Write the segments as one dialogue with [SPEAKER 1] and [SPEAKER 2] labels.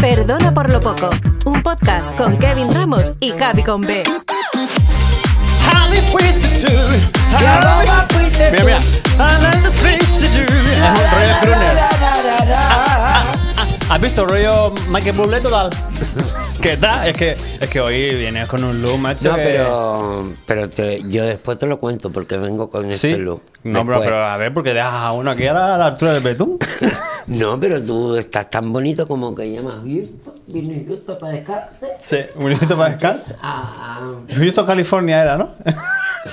[SPEAKER 1] Perdona por lo poco, un podcast con Kevin Ramos y Javi con B.
[SPEAKER 2] Javi fuiste tú.
[SPEAKER 3] La boba fuiste
[SPEAKER 2] Mira,
[SPEAKER 3] tú.
[SPEAKER 2] mira. Hablando fuiste tú. Rollo crooner. ¿Has visto rollo Michael Bublé total? ¿Qué tal? Es que, es que hoy vienes con un look, macho.
[SPEAKER 3] No,
[SPEAKER 2] que-
[SPEAKER 3] pero, pero te- yo después te lo cuento porque vengo con
[SPEAKER 2] Sí.
[SPEAKER 3] este look.
[SPEAKER 2] No, pero,
[SPEAKER 3] Después.
[SPEAKER 2] pero a ver, porque dejas a uno aquí a la, a la altura del betún.
[SPEAKER 3] No, pero tú estás tan bonito como que llamas Virto, vino Virto para descansar.
[SPEAKER 2] Sí, un minuto para descanso.
[SPEAKER 3] Ah,
[SPEAKER 2] Houston, California era, ¿no?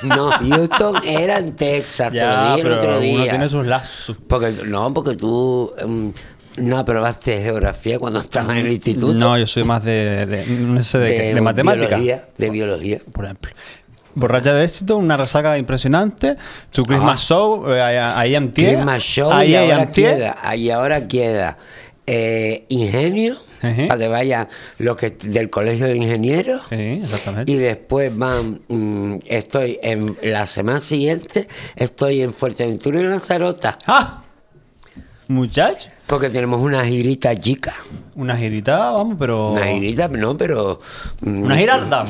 [SPEAKER 3] no, Houston era en Texas, te lo
[SPEAKER 2] ya,
[SPEAKER 3] dije el
[SPEAKER 2] pero
[SPEAKER 3] otro
[SPEAKER 2] uno
[SPEAKER 3] día.
[SPEAKER 2] tiene sus lazos.
[SPEAKER 3] Porque, no, porque tú mm, no aprobaste geografía cuando estabas en el instituto.
[SPEAKER 2] No, yo soy más de, de, no sé, de, de matemática.
[SPEAKER 3] biología, de biología.
[SPEAKER 2] por ejemplo. Borracha de éxito, una resaca impresionante. Tu Christmas Show, eh, I, I Am Tie.
[SPEAKER 3] Christmas Show
[SPEAKER 2] I
[SPEAKER 3] y
[SPEAKER 2] Am
[SPEAKER 3] ahora
[SPEAKER 2] Tie.
[SPEAKER 3] queda, ahí ahora queda eh, ingenio
[SPEAKER 2] Ajá.
[SPEAKER 3] para que vayan los que del colegio de ingenieros
[SPEAKER 2] Sí, exactamente.
[SPEAKER 3] y después van mm, estoy en la semana siguiente estoy en Fuerteventura y Lanzarota
[SPEAKER 2] ¡Ah! Muchacho,
[SPEAKER 3] porque tenemos una girita chica
[SPEAKER 2] una girita, vamos, pero.
[SPEAKER 3] una girita no pero mm,
[SPEAKER 2] Una giralda.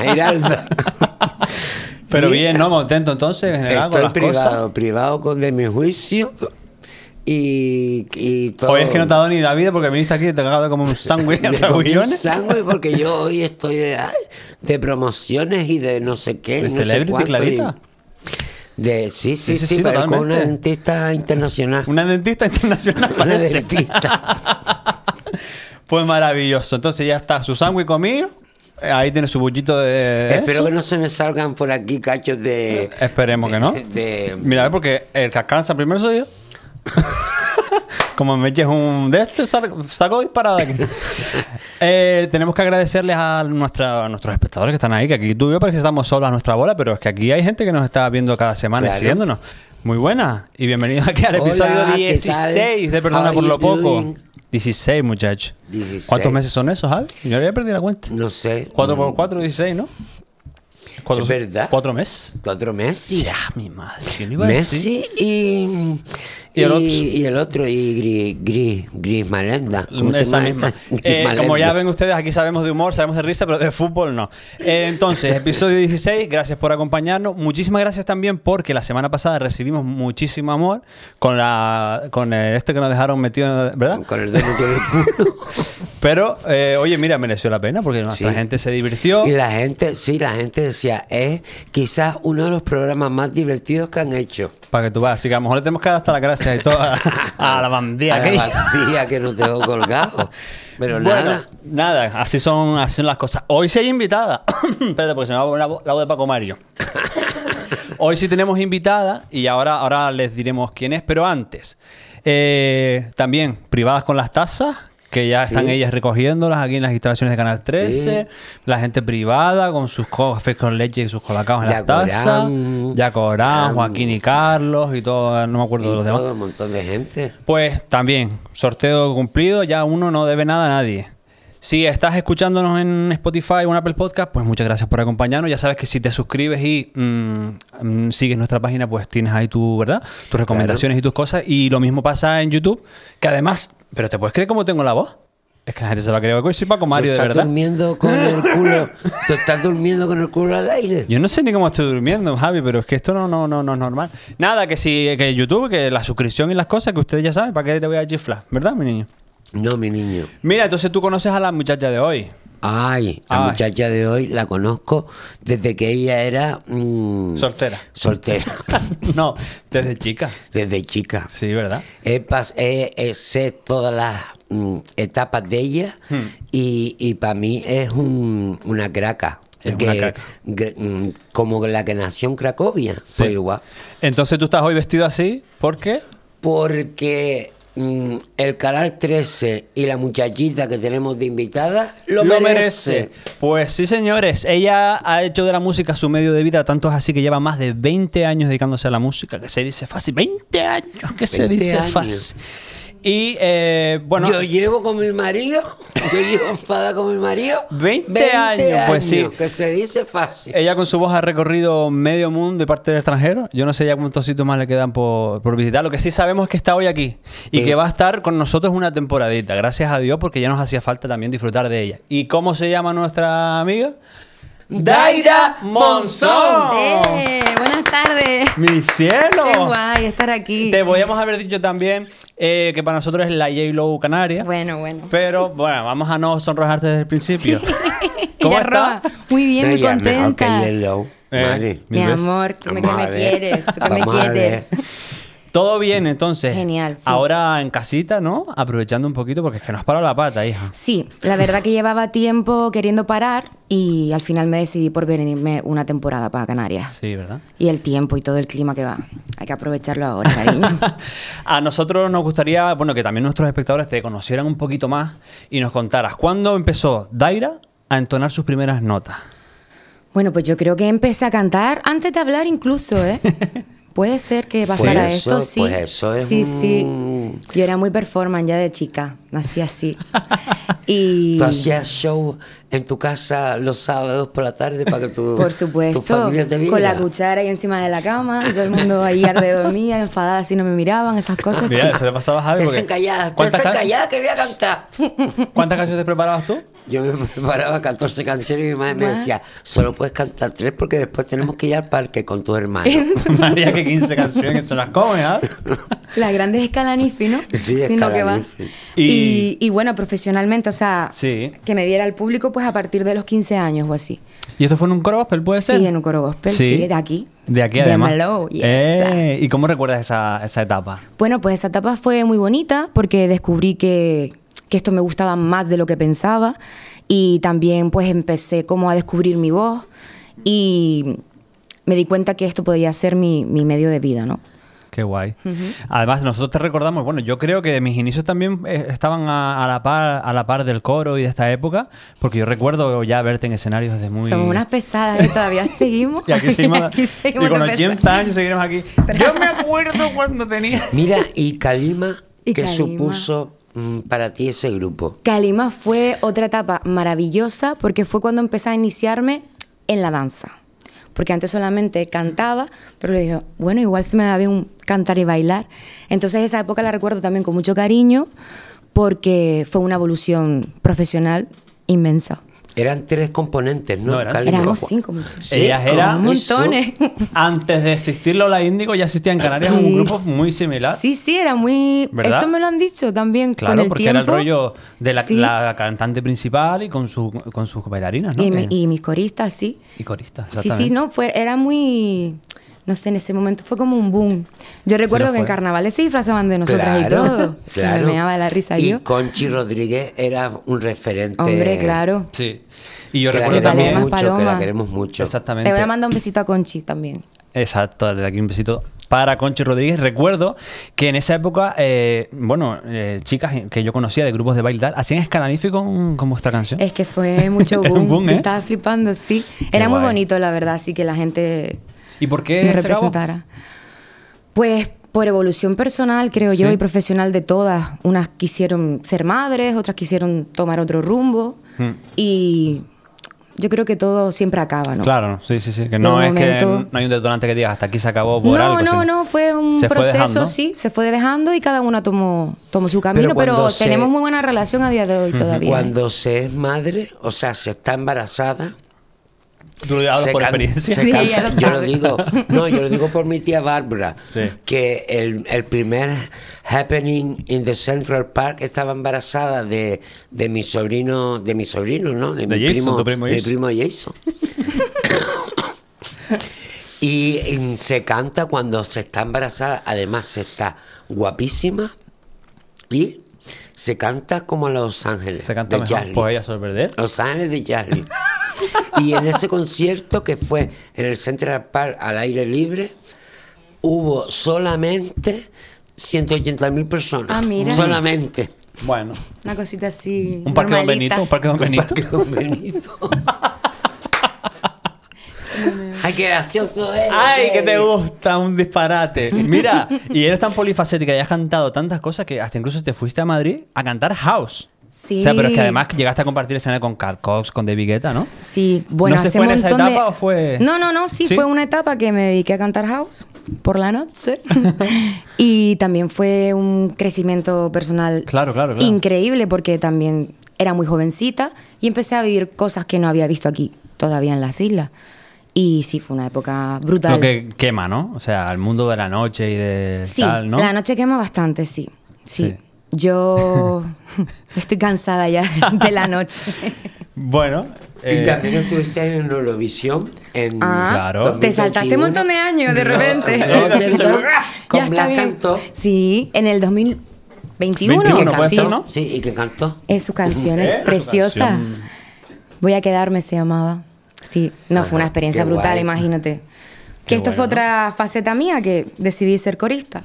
[SPEAKER 3] giralda
[SPEAKER 2] pero
[SPEAKER 3] Y-
[SPEAKER 2] bien, ¿no? Contento entonces, en general, con
[SPEAKER 3] Estoy
[SPEAKER 2] las
[SPEAKER 3] privado,
[SPEAKER 2] cosas.
[SPEAKER 3] privado con de mi juicio y, y todo.
[SPEAKER 2] Hoy es que no te ha dado ni la vida porque viniste aquí y te has cagado como un sándwich a
[SPEAKER 3] me comí un
[SPEAKER 2] tragullones.
[SPEAKER 3] sándwich porque yo hoy estoy de, ay, de promociones y de no sé qué.
[SPEAKER 2] ¿De
[SPEAKER 3] no sé
[SPEAKER 2] celebrity,
[SPEAKER 3] cuánto,
[SPEAKER 2] Clarita?
[SPEAKER 3] y De, sí, sí,
[SPEAKER 2] Sí, sí,
[SPEAKER 3] sí,
[SPEAKER 2] sí,
[SPEAKER 3] pero con una
[SPEAKER 2] totalmente.
[SPEAKER 3] dentista internacional.
[SPEAKER 2] Una dentista internacional.
[SPEAKER 3] Una
[SPEAKER 2] parece.
[SPEAKER 3] dentista.
[SPEAKER 2] Pues maravilloso. Entonces ya está, su sándwich comido. eh, Ahí tiene su bullito de.
[SPEAKER 3] Espero
[SPEAKER 2] eso.
[SPEAKER 3] que no se me salgan por aquí cachos de.
[SPEAKER 2] Esperemos que no.
[SPEAKER 3] de- de-
[SPEAKER 2] Mira, a ver, porque el que alcanza primero soy yo. Como me eches un de este, sal- saco disparada aquí. Eh, tenemos que agradecerles a, nuestra, a nuestros espectadores que están ahí, que aquí tú y yo parece que estamos solos a nuestra bola, pero es que aquí hay gente que nos está viendo cada semana y
[SPEAKER 3] Claro.
[SPEAKER 2] siguiéndonos. Muy buena. Y bienvenidos aquí al episodio
[SPEAKER 3] Hola, ¿qué
[SPEAKER 2] 16
[SPEAKER 3] tal?
[SPEAKER 2] de Perdona
[SPEAKER 3] How
[SPEAKER 2] por
[SPEAKER 3] you
[SPEAKER 2] lo poco.
[SPEAKER 3] doing?
[SPEAKER 2] 16, muchachos.
[SPEAKER 3] 16.
[SPEAKER 2] ¿Cuántos meses son esos, Javi? Yo ya perdí la cuenta.
[SPEAKER 3] no sé.
[SPEAKER 2] 4 por 4, 16, ¿no? Cuatro-
[SPEAKER 3] Mm. Es verdad.
[SPEAKER 2] Cuatro meses.
[SPEAKER 3] Cuatro meses.
[SPEAKER 2] Ya, mi madre. ¿qué le iba a decir?
[SPEAKER 3] Messi y,
[SPEAKER 2] Y el otro.
[SPEAKER 3] y el otro, y Gris, Gris, Gris Malenda. ¿Cómo se
[SPEAKER 2] Esa
[SPEAKER 3] llama
[SPEAKER 2] misma.
[SPEAKER 3] esa? Gris
[SPEAKER 2] Eh, como
[SPEAKER 3] Malenda.
[SPEAKER 2] ya ven ustedes, aquí sabemos de humor, sabemos de risa, pero de fútbol no. Eh, entonces, episodio 16, gracias por acompañarnos. Muchísimas gracias también porque la semana pasada recibimos muchísimo amor con la con eh, este que nos dejaron metido, ¿verdad?
[SPEAKER 3] Con el dedo metido en el culo.
[SPEAKER 2] Pero, eh, oye, mira, mereció la pena porque nuestra
[SPEAKER 3] Sí.
[SPEAKER 2] gente se divirtió.
[SPEAKER 3] Y la gente, sí, la gente decía, es quizás uno de los programas más divertidos que han hecho.
[SPEAKER 2] Para que tú vas, así que a lo mejor le tenemos que dar hasta las gracias y todo a, a la bandía.
[SPEAKER 3] A
[SPEAKER 2] aquella.
[SPEAKER 3] la bandilla que nos dejó colgado. Pero
[SPEAKER 2] Bueno,
[SPEAKER 3] nada,
[SPEAKER 2] nada, así son, así son las cosas. Hoy sí hay invitada. Espérate, porque se me va a poner la vo- la voz de Paco Mario. Hoy sí tenemos invitada y ahora, ahora les diremos quién es, pero antes, eh, también privadas con las tazas, que ya
[SPEAKER 3] Sí.
[SPEAKER 2] están ellas recogiéndolas aquí en las instalaciones de Canal 13, la gente privada con sus cafés con leche y sus colacaos en las
[SPEAKER 3] Yacorán,
[SPEAKER 2] tazas, Yacorán,
[SPEAKER 3] Am-
[SPEAKER 2] Joaquín y Carlos y todo, no me
[SPEAKER 3] y
[SPEAKER 2] acuerdo de los demás.
[SPEAKER 3] todo un montón de gente.
[SPEAKER 2] Pues también, sorteo cumplido, ya uno no debe nada a nadie. Si estás escuchándonos en Spotify o en Apple Podcast, pues muchas gracias por acompañarnos. Ya sabes que si te suscribes y mm, mm, sigues nuestra página, pues tienes ahí tu, ¿verdad? Tus recomendaciones y tus cosas. Y lo mismo pasa en YouTube, que además, pero ¿te puedes creer cómo tengo la voz? Es que la gente se va a creer que soy Paco Mario,
[SPEAKER 3] Tú
[SPEAKER 2] de
[SPEAKER 3] estás
[SPEAKER 2] verdad.
[SPEAKER 3] durmiendo con el culo. Tú estás durmiendo con el culo al aire.
[SPEAKER 2] Yo no sé ni cómo estoy durmiendo, Javi, pero es que esto no, no, no, no es normal. Nada, que si, que YouTube, que la suscripción y las cosas que ustedes ya saben, ¿para qué te voy a chiflar? ¿Verdad, mi niño?
[SPEAKER 3] No, mi niño.
[SPEAKER 2] Mira, entonces tú conoces a la muchacha de hoy.
[SPEAKER 3] Ay, la
[SPEAKER 2] Ay.
[SPEAKER 3] muchacha de hoy la conozco desde que ella era mm,
[SPEAKER 2] Soltera.
[SPEAKER 3] soltera,
[SPEAKER 2] no, desde chica.
[SPEAKER 3] desde chica.
[SPEAKER 2] Sí, ¿verdad?
[SPEAKER 3] He pas- he- he- sé todas las mm, etapas de ella
[SPEAKER 2] Hmm.
[SPEAKER 3] y, para mí es un- una craca.
[SPEAKER 2] Es
[SPEAKER 3] que-
[SPEAKER 2] una craca.
[SPEAKER 3] que, mm, como la que nació en Cracovia,
[SPEAKER 2] Sí.
[SPEAKER 3] pues igual.
[SPEAKER 2] Entonces tú estás hoy vestido así porque
[SPEAKER 3] Porque mm, el canal 13 y la muchachita que tenemos de invitada lo, merece.
[SPEAKER 2] Pues sí, señores. Ella ha hecho de la música su medio de vida, tanto es así que lleva más de 20 años dedicándose a la música, que se dice fácil. 20 años, que se
[SPEAKER 3] 20
[SPEAKER 2] dice
[SPEAKER 3] años.
[SPEAKER 2] fácil. Y eh, bueno,
[SPEAKER 3] yo llevo con mi marido, yo llevo enfada con mi marido.
[SPEAKER 2] 20 años, pues sí. Eh,
[SPEAKER 3] Que se dice fácil.
[SPEAKER 2] ella con su voz ha recorrido medio mundo y parte del extranjero. Yo no sé ya cuántos sitios más le quedan por, por visitar. Lo que sí sabemos es que está hoy aquí y
[SPEAKER 3] Sí.
[SPEAKER 2] que va a estar con nosotros una temporadita. Gracias a Dios, porque ya nos hacía falta también disfrutar de ella. ¿Y cómo se llama nuestra amiga?
[SPEAKER 3] Daira Monzón.
[SPEAKER 2] ¡Eh!
[SPEAKER 4] ¡Eh! Buenas tardes.
[SPEAKER 2] ¡Mi cielo!
[SPEAKER 3] Oh.
[SPEAKER 4] Qué guay estar aquí.
[SPEAKER 2] Te podíamos haber dicho también eh, que para nosotros es la J-Lo Canaria.
[SPEAKER 4] Bueno, bueno.
[SPEAKER 2] Pero bueno, vamos a no sonrojarte desde el principio. ¿Cómo
[SPEAKER 4] Ya,
[SPEAKER 2] está?
[SPEAKER 4] Roa, Muy bien, muy
[SPEAKER 3] Ella es mejor que
[SPEAKER 4] contenta.
[SPEAKER 3] Yellow,
[SPEAKER 2] Eh,
[SPEAKER 3] Mari.
[SPEAKER 4] Mi
[SPEAKER 2] Mil veces.
[SPEAKER 4] amor, ¿tú me, que
[SPEAKER 3] Vamos a
[SPEAKER 4] me
[SPEAKER 3] ver.
[SPEAKER 4] quieres? ¿Tú que me
[SPEAKER 3] Vamos a
[SPEAKER 4] quieres?
[SPEAKER 3] ver.
[SPEAKER 2] Todo bien, entonces.
[SPEAKER 4] Genial, sí.
[SPEAKER 2] Ahora en casita, ¿no? Aprovechando un poquito porque es que nos paró la pata, hija.
[SPEAKER 4] Sí, la verdad que llevaba tiempo queriendo parar y al final me decidí por venirme una temporada para Canarias.
[SPEAKER 2] Sí, ¿verdad?
[SPEAKER 4] Y el tiempo y todo el clima que va. Hay que aprovecharlo ahora, cariño.
[SPEAKER 2] A nosotros nos gustaría, bueno, que también nuestros espectadores te conocieran un poquito más y nos contaras cuándo empezó Daira a entonar sus primeras notas.
[SPEAKER 4] bueno, pues yo creo que empecé a cantar antes de hablar incluso, ¿eh? Puede ser que
[SPEAKER 3] Pues
[SPEAKER 4] pasara
[SPEAKER 3] eso-
[SPEAKER 4] esto, sí.
[SPEAKER 3] pues eso es
[SPEAKER 4] sí, sí.
[SPEAKER 3] un-
[SPEAKER 4] Yo era muy performance ya de chica, nací así. Y
[SPEAKER 3] Tú hacías show en tu casa los sábados por la tarde para que tu,
[SPEAKER 4] Por
[SPEAKER 3] tu
[SPEAKER 4] supuesto,
[SPEAKER 3] familia te viera.
[SPEAKER 4] con la cuchara ahí encima de la cama, y todo el mundo ahí alrededor mía, enfadada si no me miraban, esas cosas. sí.
[SPEAKER 2] le pasaba a Javi.
[SPEAKER 3] Te
[SPEAKER 2] porque-
[SPEAKER 3] hacen callada, te
[SPEAKER 2] ¿Cuántas
[SPEAKER 3] hacen
[SPEAKER 2] ca-
[SPEAKER 3] callada que voy a cantar.
[SPEAKER 2] ¿Cuántas canciones te preparabas tú?
[SPEAKER 3] Yo me preparaba 14 canciones y mi madre me
[SPEAKER 4] Guau.
[SPEAKER 3] decía, solo puedes cantar tres porque después tenemos que ir al parque con tus hermanos.
[SPEAKER 2] María, que 15 canciones se las come, ¿ah?
[SPEAKER 4] Las grandes escalanifi, ¿no?
[SPEAKER 3] Sí,
[SPEAKER 4] Sino que va.
[SPEAKER 3] Scalanifi.
[SPEAKER 2] Y-
[SPEAKER 4] Y, y bueno, profesionalmente, o sea,
[SPEAKER 2] Sí.
[SPEAKER 4] que me viera el público pues a partir de los 15 años o así.
[SPEAKER 2] ¿Y esto fue en un coro gospel, puede ser?
[SPEAKER 4] Sí, en un coro gospel, sí, de aquí.
[SPEAKER 2] De aquí,
[SPEAKER 4] De
[SPEAKER 2] además.
[SPEAKER 4] Malou, yes.
[SPEAKER 2] Eh, ¿Y cómo recuerdas esa, esa etapa?
[SPEAKER 4] Bueno, pues esa etapa fue muy bonita porque descubrí que, que esto me gustaba más de lo que pensaba y también pues empecé como a descubrir mi voz y me di cuenta que esto podía ser mi, mi medio de vida, ¿no?
[SPEAKER 2] Qué guay. Además, nosotros te recordamos, bueno, yo creo que de mis inicios también eh, estaban a, a la par, a la par del coro y de esta época, porque yo recuerdo ya verte en escenarios desde muy...
[SPEAKER 4] Somos unas pesadas que todavía seguimos.
[SPEAKER 2] Y aquí seguimos,
[SPEAKER 4] Aquí seguimos
[SPEAKER 2] y con
[SPEAKER 4] de pesadas.
[SPEAKER 2] 80 años seguiremos aquí. Yo me acuerdo cuando tenía...
[SPEAKER 3] Mira, y Kalima,
[SPEAKER 4] Y
[SPEAKER 3] ¿qué
[SPEAKER 4] Kalima.
[SPEAKER 3] supuso mm, para ti ese grupo?
[SPEAKER 4] Calima fue otra etapa maravillosa porque fue cuando empecé a iniciarme en la danza. Porque antes solamente cantaba, pero le dije, bueno, igual se me da bien un cantar y bailar. Entonces esa época la recuerdo también con mucho cariño porque fue una evolución profesional inmensa.
[SPEAKER 3] Eran tres componentes, ¿no?
[SPEAKER 2] No, eran
[SPEAKER 3] Kalima.
[SPEAKER 4] Éramos cinco, muchachos.
[SPEAKER 3] Sí,
[SPEAKER 2] Ellas eran
[SPEAKER 3] eso.
[SPEAKER 4] montones.
[SPEAKER 2] Antes de existir Lola Índigo ya existía en Canarias
[SPEAKER 4] Sí,
[SPEAKER 2] Ah, un grupo
[SPEAKER 4] sí.
[SPEAKER 2] muy similar.
[SPEAKER 4] Sí, sí, era muy...
[SPEAKER 2] ¿Verdad?
[SPEAKER 4] Eso me lo han dicho también con
[SPEAKER 2] Claro,
[SPEAKER 4] el
[SPEAKER 2] porque
[SPEAKER 4] tiempo.
[SPEAKER 2] era el rollo de la,
[SPEAKER 4] Sí,
[SPEAKER 2] la cantante principal y con, su, con sus bailarinas, ¿no? Eh.
[SPEAKER 4] y mi-
[SPEAKER 2] Que-
[SPEAKER 4] y mis coristas, sí.
[SPEAKER 2] y coristas.
[SPEAKER 4] Sí, sí,
[SPEAKER 2] exactamente.
[SPEAKER 4] no, fue, era muy, no sé, en ese momento fue como un boom. Yo recuerdo
[SPEAKER 2] lo
[SPEAKER 4] que en
[SPEAKER 2] fue.
[SPEAKER 4] carnavales se disfrazaban de nosotras
[SPEAKER 3] Claro,
[SPEAKER 4] y todo.
[SPEAKER 3] claro.
[SPEAKER 4] Me meaba de la risa
[SPEAKER 3] y
[SPEAKER 4] yo.
[SPEAKER 3] Conchi Rodríguez era un referente.
[SPEAKER 2] este
[SPEAKER 4] Hombre, claro.
[SPEAKER 2] Sí. Y yo
[SPEAKER 3] que la
[SPEAKER 2] recuerdo
[SPEAKER 3] queremos
[SPEAKER 4] Paloma,
[SPEAKER 2] también.
[SPEAKER 3] mucho, que la
[SPEAKER 4] Paloma.
[SPEAKER 3] queremos mucho.
[SPEAKER 2] Exactamente.
[SPEAKER 4] Le voy a mandar un besito a Conchi también.
[SPEAKER 2] Exacto, desde aquí un besito para Conchi Rodríguez. Recuerdo que en esa época, eh, bueno, eh, chicas que yo conocía de grupos de bailar hacían escalanífico con, con vuestra canción.
[SPEAKER 4] Es que fue mucho
[SPEAKER 2] Era
[SPEAKER 4] boom.
[SPEAKER 2] un boom,
[SPEAKER 4] Yo
[SPEAKER 2] ¿eh?
[SPEAKER 4] estaba flipando, sí. Era muy
[SPEAKER 2] guay.
[SPEAKER 4] bonito, la verdad, así que la gente
[SPEAKER 2] ¿Y por
[SPEAKER 4] me
[SPEAKER 2] qué se acabó?
[SPEAKER 4] representara. Pues por evolución personal, creo yo,
[SPEAKER 2] Sí.
[SPEAKER 4] y profesional de todas. Unas quisieron ser madres, otras quisieron tomar otro rumbo.
[SPEAKER 2] Hmm.
[SPEAKER 4] Y yo creo que todo siempre acaba, ¿no?
[SPEAKER 2] Claro, sí, sí, sí. Que
[SPEAKER 4] De
[SPEAKER 2] no es que
[SPEAKER 4] momento-
[SPEAKER 2] no hay un detonante que digas hasta aquí se acabó por
[SPEAKER 4] No,
[SPEAKER 2] algo.
[SPEAKER 4] no,
[SPEAKER 2] sino-
[SPEAKER 4] no, fue un
[SPEAKER 2] se
[SPEAKER 4] proceso,
[SPEAKER 2] dejando.
[SPEAKER 4] sí, se fue dejando y cada una tomó, tomó su camino, pero,
[SPEAKER 3] cuando se-
[SPEAKER 4] tenemos muy buena relación a día de hoy todavía.
[SPEAKER 3] Cuando se es madre, o sea, se está embarazada.
[SPEAKER 2] Tú lo hablas
[SPEAKER 3] se
[SPEAKER 2] por
[SPEAKER 3] can-
[SPEAKER 2] experiencia.
[SPEAKER 3] se
[SPEAKER 4] Sí,
[SPEAKER 3] can-
[SPEAKER 4] ella lo
[SPEAKER 3] yo lo
[SPEAKER 4] sabe.
[SPEAKER 3] digo, no, yo lo digo por mi tía Bárbara,
[SPEAKER 2] Sí.
[SPEAKER 3] que el, el primer happening in the Central Park estaba embarazada de, de mi sobrino, de mi sobrino, ¿no? De,
[SPEAKER 2] De
[SPEAKER 3] mi
[SPEAKER 2] Jason, tu primo
[SPEAKER 3] de mi
[SPEAKER 2] Jason.
[SPEAKER 3] primo Jason. y, mm, se canta cuando se está embarazada, además se está guapísima y se canta como a Los Ángeles.
[SPEAKER 2] Se canta
[SPEAKER 3] de
[SPEAKER 2] mejor.
[SPEAKER 3] Charlie.
[SPEAKER 2] Pues ella sorprender.
[SPEAKER 3] Los Ángeles de Charlie. Y en ese concierto que fue en el Central Park al aire libre, hubo solamente 180.000 mil personas.
[SPEAKER 4] Ah, mira.
[SPEAKER 3] Solamente.
[SPEAKER 2] Bueno,
[SPEAKER 4] Una cosita así.
[SPEAKER 2] un parque de Don Benito,
[SPEAKER 4] normalita.
[SPEAKER 2] un parque de Don Benito.
[SPEAKER 3] Parque Don Benito. Hay qué gracioso eh. es.
[SPEAKER 2] ¡Ay, que te gusta! Un disparate. Mira, y eres tan polifacética y has cantado tantas cosas que hasta incluso te fuiste a Madrid a cantar house.
[SPEAKER 4] Sí.
[SPEAKER 2] O sea, pero es que además llegaste a compartir escena con Carl Cox, con David Guetta, ¿no?
[SPEAKER 4] Sí, bueno,
[SPEAKER 2] ¿No se
[SPEAKER 4] hace
[SPEAKER 2] fue en
[SPEAKER 4] montón
[SPEAKER 2] esa
[SPEAKER 4] de-
[SPEAKER 2] etapa o fue-
[SPEAKER 4] No, no, no, sí,
[SPEAKER 2] ¿Sí?
[SPEAKER 4] fue una etapa que me dediqué a cantar house por la noche. y también fue un crecimiento personal
[SPEAKER 2] Claro, claro, claro.
[SPEAKER 4] increíble porque también era muy jovencita y empecé a vivir cosas que no había visto aquí todavía en las islas. Y sí, fue una época brutal.
[SPEAKER 2] Lo que quema, ¿no? O sea, el mundo de la noche y de
[SPEAKER 4] Sí,
[SPEAKER 2] tal, ¿no?
[SPEAKER 4] la noche quema bastante, sí. Sí.
[SPEAKER 2] Sí.
[SPEAKER 4] Yo estoy cansada ya de la noche.
[SPEAKER 2] Bueno. eh,
[SPEAKER 3] Y también estuviste en Eurovisión. En
[SPEAKER 4] Ah,
[SPEAKER 2] Claro.
[SPEAKER 4] te saltaste un
[SPEAKER 3] 2021.
[SPEAKER 4] montón de años de
[SPEAKER 3] No,
[SPEAKER 4] repente.
[SPEAKER 3] no,
[SPEAKER 2] Sí, sí, sí.
[SPEAKER 3] ¿cierto?
[SPEAKER 4] Ya
[SPEAKER 3] Con
[SPEAKER 4] está
[SPEAKER 3] Blas
[SPEAKER 4] bien.
[SPEAKER 3] cantó.
[SPEAKER 4] Sí, en el 2021.
[SPEAKER 2] 21, puede
[SPEAKER 4] sí.
[SPEAKER 2] ser, ¿no?
[SPEAKER 3] Sí, y que cantó.
[SPEAKER 4] Es su canción,
[SPEAKER 2] Eh,
[SPEAKER 4] es
[SPEAKER 2] su
[SPEAKER 4] preciosa.
[SPEAKER 2] canción.
[SPEAKER 4] Voy a quedarme, se llamaba. Sí, no, fue una experiencia
[SPEAKER 3] qué
[SPEAKER 4] brutal,
[SPEAKER 3] guay.
[SPEAKER 4] imagínate.
[SPEAKER 2] Qué
[SPEAKER 4] Que esto fue
[SPEAKER 2] bueno,
[SPEAKER 4] otra faceta mía, que decidí ser corista.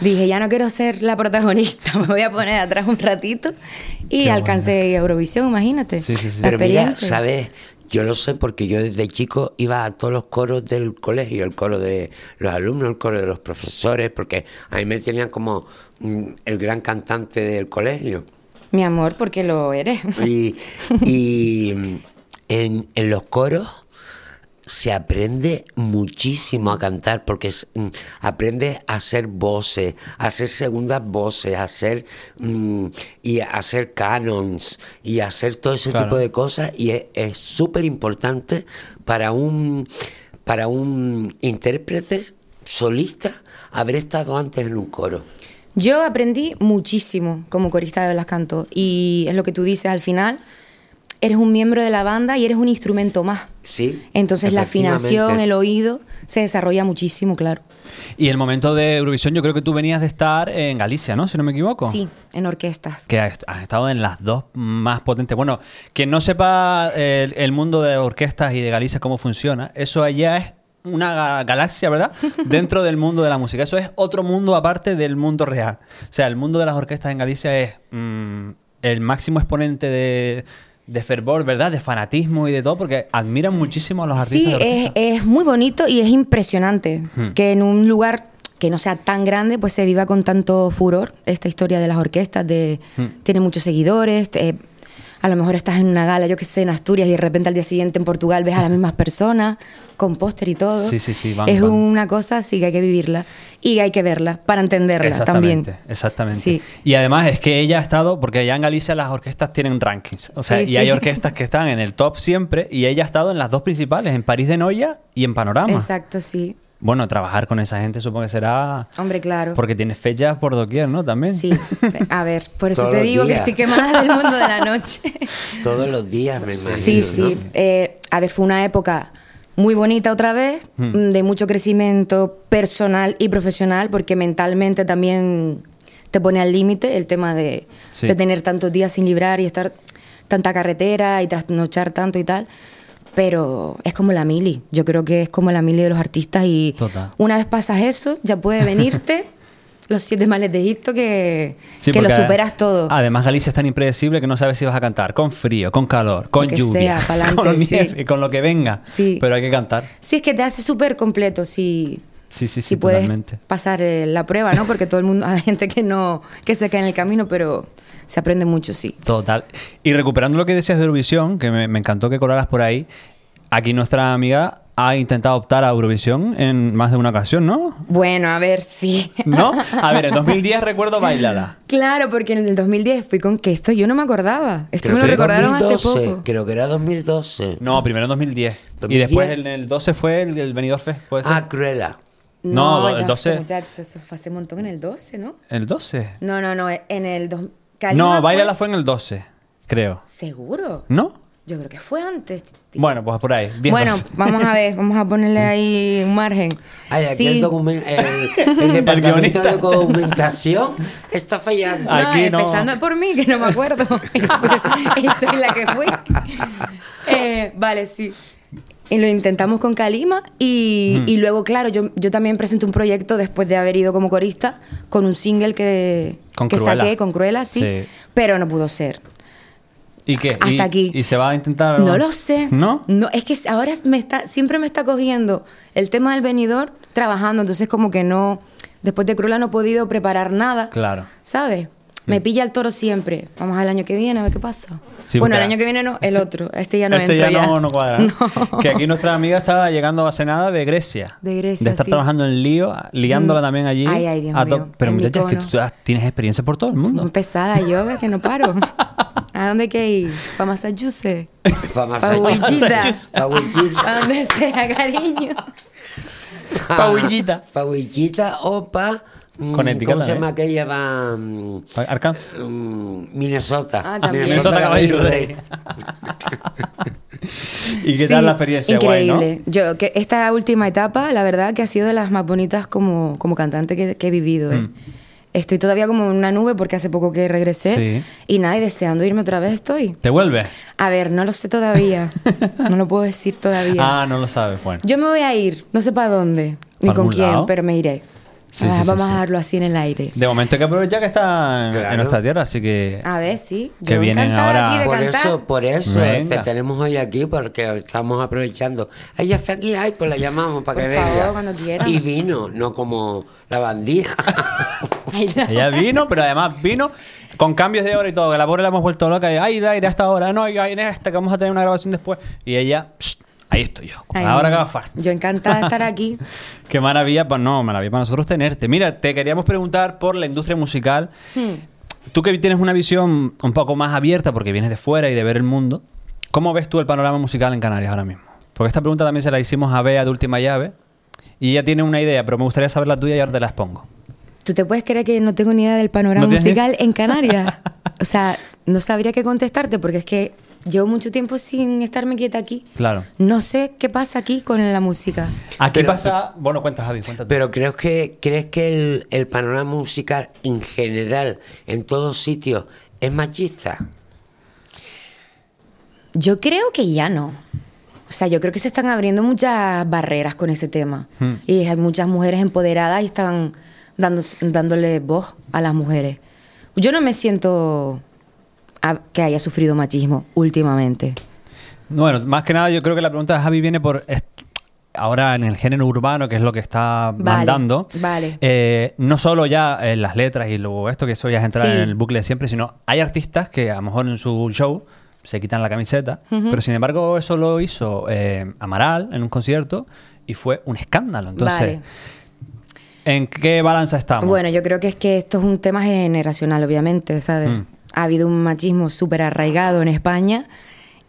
[SPEAKER 4] Dije, ya no quiero ser la protagonista, me voy a poner atrás un ratito. Y
[SPEAKER 2] Qué
[SPEAKER 4] alcancé Eurovisión, imagínate.
[SPEAKER 2] Sí, sí, sí.
[SPEAKER 4] La
[SPEAKER 3] Pero mira,
[SPEAKER 4] experiencia.
[SPEAKER 3] ¿sabes? Yo lo sé porque yo desde chico iba a todos los coros del colegio, el coro de los alumnos, el coro de los profesores, porque a mí me tenían como mm, el gran cantante del colegio.
[SPEAKER 4] Mi amor, porque lo eres.
[SPEAKER 3] Y, y, mm, en, en los coros se aprende muchísimo a cantar porque es, mm, aprendes a hacer voces, a hacer segundas voces, a hacer mm, y a hacer canons y a hacer todo ese
[SPEAKER 2] Claro.
[SPEAKER 3] tipo de cosas y es- es súper importante para un para un intérprete solista haber estado antes en un coro.
[SPEAKER 4] Yo aprendí muchísimo como corista de las canto y es lo que tú dices al final, eres un miembro de la banda y eres un instrumento más.
[SPEAKER 3] Sí.
[SPEAKER 4] Entonces la afinación,
[SPEAKER 3] efectivamente.
[SPEAKER 4] el oído se desarrolla muchísimo, claro.
[SPEAKER 2] Y el momento de Eurovisión, yo creo que tú venías de estar en Galicia, ¿no? Si no me equivoco.
[SPEAKER 4] Sí, en orquestas.
[SPEAKER 2] Que has has estado en las dos más potentes. Bueno, quien no sepa el, el mundo de orquestas y de Galicia cómo funciona, eso allá es una ga- galaxia, ¿verdad? Dentro del mundo de la música. Eso es otro mundo aparte del mundo real. O sea, el mundo de las orquestas en Galicia es mm, el máximo exponente de, de fervor, ¿verdad? De fanatismo y de todo, porque admiran muchísimo a los artistas. de
[SPEAKER 4] Sí,
[SPEAKER 2] Hmm.
[SPEAKER 4] es,
[SPEAKER 2] orquesta.
[SPEAKER 4] es muy bonito y es impresionante que en un lugar que no sea tan grande, pues se viva con tanto furor esta historia de las orquestas, de
[SPEAKER 2] Hmm.
[SPEAKER 4] tiene muchos seguidores, te- a lo mejor estás en una gala, yo que sé, en Asturias y de repente al día siguiente en Portugal ves a las mismas personas con póster y todo.
[SPEAKER 2] Sí, sí, sí, van,
[SPEAKER 4] es
[SPEAKER 2] van.
[SPEAKER 4] una cosa, sí que hay que vivirla y hay que verla para entenderla
[SPEAKER 2] Exactamente,
[SPEAKER 4] también.
[SPEAKER 2] exactamente.
[SPEAKER 4] Sí.
[SPEAKER 2] Y además es que ella ha estado, porque allá en Galicia las orquestas tienen rankings. O sea,
[SPEAKER 4] Sí,
[SPEAKER 2] y
[SPEAKER 4] sí.
[SPEAKER 2] hay orquestas que están en el top siempre, y ella ha estado en las dos principales, en París de Noia y en Panorama.
[SPEAKER 4] Exacto, sí.
[SPEAKER 2] Bueno, trabajar con esa gente supongo que será.
[SPEAKER 4] Hombre, claro.
[SPEAKER 2] Porque tienes fechas por doquier, ¿no? También.
[SPEAKER 4] Sí, a ver, por eso
[SPEAKER 3] Todos
[SPEAKER 4] te
[SPEAKER 3] los
[SPEAKER 4] digo que
[SPEAKER 3] días.
[SPEAKER 4] estoy quemada del mundo de la noche.
[SPEAKER 3] Todos los días me imagino.
[SPEAKER 4] Sí,
[SPEAKER 3] ¿no?
[SPEAKER 4] sí. Eh, a ver, fue una época muy bonita otra vez,
[SPEAKER 2] Hmm.
[SPEAKER 4] mm, de mucho crecimiento personal y profesional, porque mentalmente también te pone al límite el tema de,
[SPEAKER 2] Sí.
[SPEAKER 4] de tener tantos días sin librar y estar tanta carretera y trasnochar tanto y tal. Pero es como la mili, yo creo que es como la mili de los artistas y
[SPEAKER 2] Total.
[SPEAKER 4] una vez pasas eso, ya puede venirte los siete males de Egipto que,
[SPEAKER 2] Sí,
[SPEAKER 4] que lo
[SPEAKER 2] porque
[SPEAKER 4] superas todo.
[SPEAKER 2] Además, Galicia es tan impredecible que no sabes si vas a cantar con frío, con calor, con
[SPEAKER 4] que
[SPEAKER 2] lluvia,
[SPEAKER 4] sea, pa'lante,
[SPEAKER 2] con
[SPEAKER 4] sí.
[SPEAKER 2] nieve, con lo que venga.
[SPEAKER 4] Sí.
[SPEAKER 2] Pero hay que cantar.
[SPEAKER 4] Sí, es que te hace súper completo si,
[SPEAKER 2] Sí, sí, sí,
[SPEAKER 4] si puedes
[SPEAKER 2] totalmente.
[SPEAKER 4] pasar eh, la prueba, ¿no? Porque todo el mundo, hay gente que no, que se queda en el camino, pero se aprende mucho, sí.
[SPEAKER 2] Total. Y recuperando lo que decías de Eurovisión, que me, me encantó que colaras por ahí, aquí nuestra amiga ha intentado optar a Eurovisión en más de una ocasión, ¿no?
[SPEAKER 4] Bueno, a ver, sí.
[SPEAKER 2] ¿No? A ver, en 2010 recuerdo Bailada.
[SPEAKER 4] Claro, porque en el 2010 fui con que esto yo no me acordaba. Esto
[SPEAKER 3] Creo
[SPEAKER 4] me
[SPEAKER 2] que
[SPEAKER 4] lo
[SPEAKER 2] sí.
[SPEAKER 4] recordaron hace
[SPEAKER 3] 2012,
[SPEAKER 4] poco.
[SPEAKER 3] Creo que era 2012.
[SPEAKER 2] No, primero en 2010. Y
[SPEAKER 3] 2010.
[SPEAKER 2] después en el 12 fue el, el Benidorm Fest, ¿puede ser?
[SPEAKER 3] Ah, Cruella.
[SPEAKER 2] No, el
[SPEAKER 4] ya,
[SPEAKER 2] 12.
[SPEAKER 4] muchacho, eso fue hace un montón en el 12, ¿no?
[SPEAKER 2] ¿El 12?
[SPEAKER 4] No, no, no, en el... dos- Calima
[SPEAKER 2] No, Bailala fue en el 12, creo.
[SPEAKER 4] ¿Seguro?
[SPEAKER 2] ¿No?
[SPEAKER 4] Yo creo que fue antes. tío.
[SPEAKER 2] ¿Mm? Bueno, pues por ahí. 10,
[SPEAKER 4] Bueno,
[SPEAKER 2] 12.
[SPEAKER 4] vamos a ver, vamos a ponerle ahí un margen.
[SPEAKER 3] Ay, aquí el,
[SPEAKER 4] sí.
[SPEAKER 3] documen- el, el departamento
[SPEAKER 2] guionista.
[SPEAKER 3] de documentación está fallando.
[SPEAKER 2] Ah.
[SPEAKER 4] No,
[SPEAKER 2] Aquí no.
[SPEAKER 4] empezando por mí, que no me acuerdo. y soy la que fui. Eh, vale, sí. Y lo intentamos con Kalima y,
[SPEAKER 2] Mm.
[SPEAKER 4] y luego, claro, yo, yo también presenté un proyecto después de haber ido como corista con un single que,
[SPEAKER 2] Con
[SPEAKER 4] que
[SPEAKER 2] Cruella.
[SPEAKER 4] saqué con Cruella, sí,
[SPEAKER 2] Sí.
[SPEAKER 4] pero no pudo ser.
[SPEAKER 2] ¿Y qué?
[SPEAKER 4] Hasta
[SPEAKER 2] ¿Y-
[SPEAKER 4] aquí.
[SPEAKER 2] ¿Y se va a intentar?
[SPEAKER 4] No lo sé.
[SPEAKER 2] ¿No?
[SPEAKER 4] es que ahora me está, siempre me está cogiendo el tema del venidor trabajando, entonces como que no, después de Cruella no he podido preparar nada.
[SPEAKER 2] Claro. Mm.
[SPEAKER 4] ¿Sabes? Me pilla el toro siempre. Vamos al año que viene a ver qué pasa.
[SPEAKER 2] Sí,
[SPEAKER 4] bueno, el
[SPEAKER 2] porque-
[SPEAKER 4] año que viene no, el otro. Este ya no
[SPEAKER 2] este
[SPEAKER 4] entro
[SPEAKER 2] ya, No, no cuadra.
[SPEAKER 4] No.
[SPEAKER 2] Que aquí nuestra amiga estaba llegando hace nada de Grecia.
[SPEAKER 4] De Grecia,
[SPEAKER 2] De estar
[SPEAKER 4] sí. Mm.
[SPEAKER 2] trabajando en lío, liándola también allí.
[SPEAKER 4] Ay, ay, Dios
[SPEAKER 2] a to-
[SPEAKER 4] mío.
[SPEAKER 2] Pero
[SPEAKER 4] En
[SPEAKER 2] muchachas, que tú
[SPEAKER 4] Mykonos.
[SPEAKER 2] has- tienes experiencia por todo el
[SPEAKER 4] Muy
[SPEAKER 2] mundo.
[SPEAKER 4] pesada yo, ves que no paro. ¿A dónde hay que ir? ¿Para Massachusetts?
[SPEAKER 3] Pa'
[SPEAKER 4] Pa' Huillita.
[SPEAKER 3] Massachusetts. Pa' Huillita.
[SPEAKER 4] ¿A donde sea, cariño?
[SPEAKER 2] Pa' Huillita.
[SPEAKER 3] Pa' Huillita o pa... mm,
[SPEAKER 2] Connecticut
[SPEAKER 3] ¿Cómo se
[SPEAKER 2] también.
[SPEAKER 3] llama aquella? Va... mm,
[SPEAKER 2] Alcanza.
[SPEAKER 3] mm, Minnesota.
[SPEAKER 4] Ah, también.
[SPEAKER 2] Minnesota Caballo Rey. ¿Y qué tal
[SPEAKER 4] Sí,
[SPEAKER 2] la experiencia? Guay,
[SPEAKER 4] Increíble.
[SPEAKER 2] ¿no?
[SPEAKER 4] Yo, que esta última etapa, la verdad que ha sido de las más bonitas como, como cantante que, que he vivido. ¿eh?
[SPEAKER 2] Mm.
[SPEAKER 4] Estoy todavía como en una nube porque hace poco que regresé.
[SPEAKER 2] Sí.
[SPEAKER 4] Y nada, y deseando irme otra vez estoy.
[SPEAKER 2] ¿Te vuelves?
[SPEAKER 4] A ver, no lo sé todavía. no lo puedo decir todavía.
[SPEAKER 2] Ah, no lo sabes, bueno.
[SPEAKER 4] Yo me voy a ir, no sé para dónde, ni
[SPEAKER 2] ¿Para
[SPEAKER 4] con
[SPEAKER 2] algún
[SPEAKER 4] quién,
[SPEAKER 2] lado?
[SPEAKER 4] pero me iré.
[SPEAKER 2] Sí,
[SPEAKER 4] Ah,
[SPEAKER 2] sí, sí,
[SPEAKER 4] vamos
[SPEAKER 2] sí.
[SPEAKER 4] a darlo así en el aire.
[SPEAKER 2] De momento hay que aprovechar que está en- en
[SPEAKER 3] Claro.
[SPEAKER 2] nuestra tierra, así que...
[SPEAKER 4] A ver, sí.
[SPEAKER 2] Que
[SPEAKER 4] yo
[SPEAKER 2] vienen
[SPEAKER 4] encantada
[SPEAKER 2] ahora-
[SPEAKER 4] aquí de
[SPEAKER 3] Por
[SPEAKER 4] cantar.
[SPEAKER 3] eso, por eso
[SPEAKER 2] Venga.
[SPEAKER 3] te tenemos hoy aquí, porque estamos aprovechando. Ella está aquí, ay, pues la llamamos para
[SPEAKER 4] Por
[SPEAKER 3] que
[SPEAKER 4] favor,
[SPEAKER 3] venga.
[SPEAKER 4] cuando quieran.
[SPEAKER 3] Y vino, no como la bandida.
[SPEAKER 4] Ay, no.
[SPEAKER 2] Ella vino, pero además vino con cambios de hora y todo. Que la pobre la hemos vuelto loca. Y, ay, da, ir a esta hora. No, y en esta, que vamos a tener una grabación después. Y ella, "Psst, ahí estoy yo. con
[SPEAKER 4] Ay,
[SPEAKER 2] la hora que va farta.
[SPEAKER 4] Yo encantada de estar aquí.
[SPEAKER 2] Qué maravilla, pues no, maravilla para nosotros tenerte. Mira, te queríamos preguntar por la industria musical. Tú que tienes una visión un poco más abierta porque vienes de fuera y de ver el mundo, ¿cómo ves tú el panorama musical en Canarias ahora mismo? Porque esta pregunta también se la hicimos a Bea de Última Llave y ella tiene una idea, pero me gustaría saber la tuya y ahora te las pongo.
[SPEAKER 4] ¿Tú te puedes creer que no tengo ni idea del panorama
[SPEAKER 2] ¿No tienes ni-
[SPEAKER 4] musical en Canarias? O sea, no sabría qué contestarte porque es que llevo mucho tiempo sin estarme quieta aquí.
[SPEAKER 2] Claro.
[SPEAKER 4] No sé qué pasa aquí con la música.
[SPEAKER 2] Aquí
[SPEAKER 3] Pero-
[SPEAKER 2] pasa... Bueno, cuentas, Javi, cuéntate.
[SPEAKER 3] Pero creo que, ¿crees que el, el panorama musical en general, en todos sitios, es machista?
[SPEAKER 4] Yo creo que ya no. O sea, yo creo que se están abriendo muchas barreras con ese tema.
[SPEAKER 2] Hmm.
[SPEAKER 4] Y hay muchas mujeres empoderadas y están dando- dándole voz a las mujeres. Yo no me siento a- que haya sufrido machismo últimamente.
[SPEAKER 2] Bueno, más que nada yo creo que la pregunta de Javi viene por est- ahora en el género urbano, que es lo que está mandando.
[SPEAKER 4] vale.
[SPEAKER 2] Eh, no solo ya en las letras y luego esto, que eso ya es entrar
[SPEAKER 4] Sí.
[SPEAKER 2] en el bucle de siempre, sino hay artistas que a lo mejor en su show se quitan la camiseta, pero sin embargo eso lo hizo eh, Amaral en un concierto y fue un escándalo. Entonces,
[SPEAKER 4] Vale.
[SPEAKER 2] ¿en qué balanza estamos?
[SPEAKER 4] Bueno, yo creo que es que esto es un tema generacional, obviamente, ¿sabes?
[SPEAKER 2] Mm.
[SPEAKER 4] Ha habido un machismo súper arraigado en España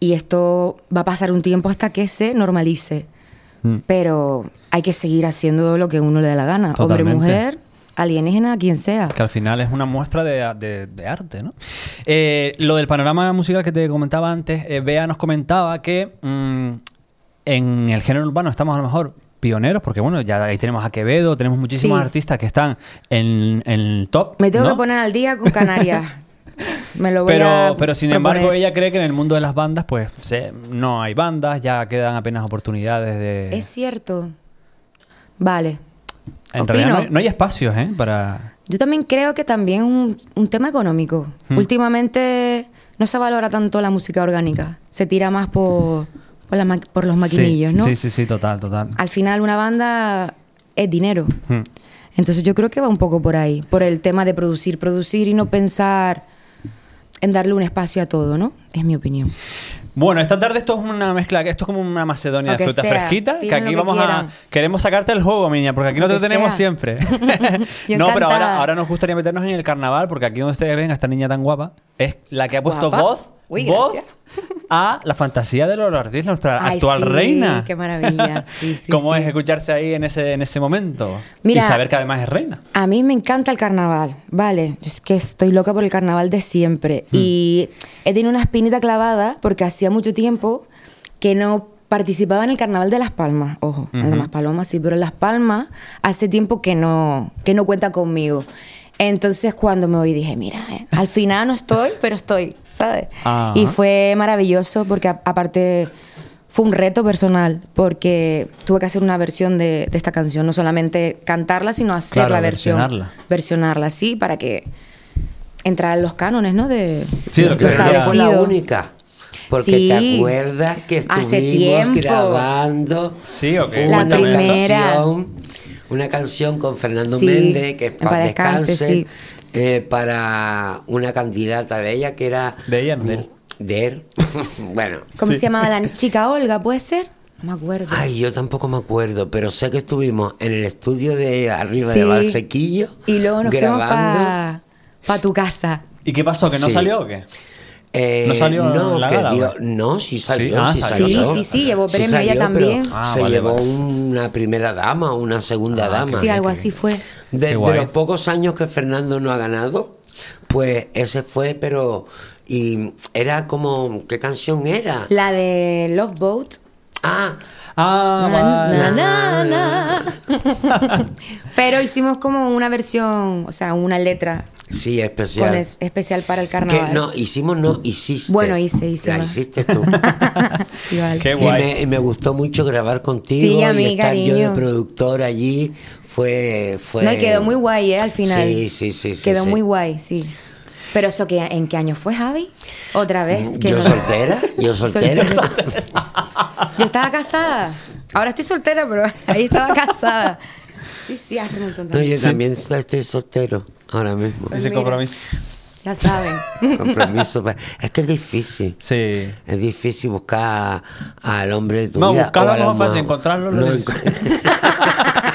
[SPEAKER 4] y esto va a pasar un tiempo hasta que se normalice.
[SPEAKER 2] Mm.
[SPEAKER 4] Pero hay que seguir haciendo lo que uno le da la gana.
[SPEAKER 2] Totalmente.
[SPEAKER 4] Hombre, mujer, alienígena, quien sea.
[SPEAKER 2] Que al final es una muestra de, de- de arte, ¿no? Eh, lo del panorama musical que te comentaba antes, eh, Bea nos comentaba que mm, en el género urbano estamos a lo mejor pioneros, porque bueno, ya ahí tenemos a Quevedo, tenemos muchísimos
[SPEAKER 4] Sí.
[SPEAKER 2] artistas que están en, en el top.
[SPEAKER 4] Me tengo
[SPEAKER 2] ¿no?
[SPEAKER 4] que poner al día con Canarias. Me lo voy a
[SPEAKER 2] Pero, pero sin embargo,
[SPEAKER 4] proponer.
[SPEAKER 2] ella cree que en el mundo de las bandas, pues se- no hay bandas, ya quedan apenas oportunidades de.
[SPEAKER 4] Es cierto. Vale.
[SPEAKER 2] en realidad no
[SPEAKER 4] opino.
[SPEAKER 2] hay, no hay espacios, ¿eh? Para.
[SPEAKER 4] Yo también creo que también es un, un tema económico.
[SPEAKER 2] Hmm.
[SPEAKER 4] Últimamente no se valora tanto la música orgánica. Se tira más por, por, la ma- por los maquinillos,
[SPEAKER 2] sí,
[SPEAKER 4] ¿no? Ah.
[SPEAKER 2] Sí, sí, sí, total, total.
[SPEAKER 4] Al final una banda es dinero.
[SPEAKER 2] Hmm.
[SPEAKER 4] Entonces yo creo que va un poco por ahí, por el tema de producir, producir y no pensar en darle un espacio a todo, ¿no? Es mi opinión.
[SPEAKER 2] Bueno, esta tarde esto es una mezcla, esto es como una macedonia
[SPEAKER 4] Lo
[SPEAKER 2] de
[SPEAKER 4] que
[SPEAKER 2] fruta
[SPEAKER 4] sea,
[SPEAKER 2] fresquita, que
[SPEAKER 4] pidan
[SPEAKER 2] aquí
[SPEAKER 4] lo que
[SPEAKER 2] vamos a...
[SPEAKER 4] quieran.
[SPEAKER 2] Queremos sacarte el juego, miña, porque aquí no
[SPEAKER 4] Lo
[SPEAKER 2] te
[SPEAKER 4] que
[SPEAKER 2] tenemos
[SPEAKER 4] sea.
[SPEAKER 2] siempre.
[SPEAKER 4] Yo
[SPEAKER 2] no, pero ahora,
[SPEAKER 4] encantada.
[SPEAKER 2] ahora nos gustaría meternos en el carnaval, porque aquí donde ustedes ven a esta niña tan guapa, es la que ha puesto
[SPEAKER 4] Guapa.
[SPEAKER 2] voz,
[SPEAKER 4] Uy,
[SPEAKER 2] voz
[SPEAKER 4] gracias.
[SPEAKER 2] a la fantasía de Lola Ortiz, nuestra
[SPEAKER 4] Ay,
[SPEAKER 2] actual
[SPEAKER 4] sí,
[SPEAKER 2] reina.
[SPEAKER 4] qué maravilla. Sí, sí,
[SPEAKER 2] ¿Cómo
[SPEAKER 4] sí.
[SPEAKER 2] es escucharse ahí en ese, en ese momento?
[SPEAKER 4] Mira-
[SPEAKER 2] y saber que además es reina.
[SPEAKER 4] A mí me encanta el carnaval, ¿vale? Yo es que estoy loca por el carnaval de siempre. Y he tenido una espinita clavada porque hacía mucho tiempo que no participaba en el carnaval de Las Palmas. Ojo, en Las Palomas sí, pero en Las Palmas hace tiempo que no, que no cuenta conmigo. Entonces cuando me voy dije, mira, eh, al final no estoy, pero estoy, ¿sabes?
[SPEAKER 2] Ajá.
[SPEAKER 4] Y fue maravilloso porque a- aparte fue un reto personal porque tuve que hacer una versión de, de esta canción, no solamente cantarla, sino hacer
[SPEAKER 2] Claro,
[SPEAKER 4] la versión.
[SPEAKER 2] versionarla.
[SPEAKER 4] Versionarla, sí, para que entrar en los cánones, ¿no? De
[SPEAKER 2] Sí,
[SPEAKER 4] lo
[SPEAKER 2] lo que-
[SPEAKER 3] Pero no fue la
[SPEAKER 4] establecido.
[SPEAKER 3] única. Porque te
[SPEAKER 4] Sí.
[SPEAKER 3] acuerdas que
[SPEAKER 4] Hace
[SPEAKER 3] estuvimos
[SPEAKER 4] tiempo.
[SPEAKER 3] grabando
[SPEAKER 2] Sí, ok.
[SPEAKER 3] una
[SPEAKER 4] La primera.
[SPEAKER 3] canción, una canción con Fernando
[SPEAKER 4] Sí,
[SPEAKER 3] Méndez, que es
[SPEAKER 4] en
[SPEAKER 3] para
[SPEAKER 4] paz descanse,
[SPEAKER 3] descanse,
[SPEAKER 4] sí.
[SPEAKER 3] eh, para una candidata de ella que era...
[SPEAKER 2] ¿De ella? ¿De él?
[SPEAKER 3] De él. bueno.
[SPEAKER 4] ¿Cómo
[SPEAKER 2] Sí.
[SPEAKER 4] se llamaba la chica Olga? ¿Puede ser? No me acuerdo.
[SPEAKER 3] Ay, yo tampoco me acuerdo, pero sé que estuvimos en el estudio de arriba de
[SPEAKER 4] Sí.
[SPEAKER 3] Valsequillo
[SPEAKER 4] Y luego nos fuimos
[SPEAKER 3] grabando.
[SPEAKER 4] para tu casa.
[SPEAKER 2] ¿Y qué pasó? ¿Que no
[SPEAKER 3] Sí.
[SPEAKER 2] salió o qué?
[SPEAKER 3] Eh,
[SPEAKER 2] ¿No salió
[SPEAKER 3] no,
[SPEAKER 2] la
[SPEAKER 3] que
[SPEAKER 2] gala,
[SPEAKER 3] dio-
[SPEAKER 2] o?
[SPEAKER 3] no, sí salió.
[SPEAKER 2] Sí, ah, salió,
[SPEAKER 4] Sí,
[SPEAKER 2] salió.
[SPEAKER 4] sí, sí, llevó
[SPEAKER 3] Sí
[SPEAKER 4] premio
[SPEAKER 3] salió,
[SPEAKER 4] ella
[SPEAKER 3] pero
[SPEAKER 4] también.
[SPEAKER 2] Ah,
[SPEAKER 3] se
[SPEAKER 2] vale,
[SPEAKER 3] llevó
[SPEAKER 2] vale.
[SPEAKER 3] una primera dama, una segunda dama.
[SPEAKER 4] Sí, algo
[SPEAKER 2] ok.
[SPEAKER 4] así fue.
[SPEAKER 3] De,
[SPEAKER 2] Qué
[SPEAKER 3] de
[SPEAKER 2] guay.
[SPEAKER 3] los pocos años que Fernando no ha ganado, pues ese fue, pero. Y era como. ¿Qué canción era?
[SPEAKER 4] La de Love Boat.
[SPEAKER 3] Ah,
[SPEAKER 2] Ah,
[SPEAKER 4] Na,
[SPEAKER 2] vale.
[SPEAKER 4] na, na, na. Pero hicimos como una versión, o sea, una letra
[SPEAKER 3] sí,
[SPEAKER 4] con
[SPEAKER 3] especial.
[SPEAKER 4] es- especial para el
[SPEAKER 3] que
[SPEAKER 4] carnaval.
[SPEAKER 3] no, hicimos, no, hiciste.
[SPEAKER 4] Bueno, hice, hice,
[SPEAKER 3] La
[SPEAKER 4] ¿no?
[SPEAKER 3] hiciste tú.
[SPEAKER 4] sí, vale.
[SPEAKER 2] Qué
[SPEAKER 3] Y
[SPEAKER 2] guay.
[SPEAKER 3] me, y me gustó mucho grabar contigo
[SPEAKER 4] Sí, a
[SPEAKER 3] y
[SPEAKER 4] mí,
[SPEAKER 3] estar yo de
[SPEAKER 4] cariño.
[SPEAKER 3] productor allí. Fue, fue.
[SPEAKER 4] No, y quedó muy guay, ¿eh? Al final.
[SPEAKER 3] Pues, Sí, sí, sí. sí,
[SPEAKER 4] quedó
[SPEAKER 3] sí.
[SPEAKER 4] muy guay, sí. Pero eso, que ¿en qué año fue, Javi? ¿Otra vez? que
[SPEAKER 3] Mm, Yo
[SPEAKER 4] no-
[SPEAKER 3] soltera, yo soltera.
[SPEAKER 4] Yo estaba casada. Ahora estoy soltera, pero ahí estaba casada. Sí, sí, hace un montón de
[SPEAKER 3] No, yo
[SPEAKER 4] años.
[SPEAKER 3] también estoy soltero ahora mismo.
[SPEAKER 2] Ese
[SPEAKER 4] mira.
[SPEAKER 2] compromiso.
[SPEAKER 4] Ya saben.
[SPEAKER 3] Compromiso. pa- pues, Es que es difícil.
[SPEAKER 2] Sí.
[SPEAKER 3] Es difícil buscar al hombre de tu
[SPEAKER 2] No,
[SPEAKER 3] vida.
[SPEAKER 2] buscarlo
[SPEAKER 3] o a la
[SPEAKER 2] no es fácil,
[SPEAKER 3] ma-
[SPEAKER 2] encontrarlo lo
[SPEAKER 3] No,
[SPEAKER 2] es.
[SPEAKER 3] enco-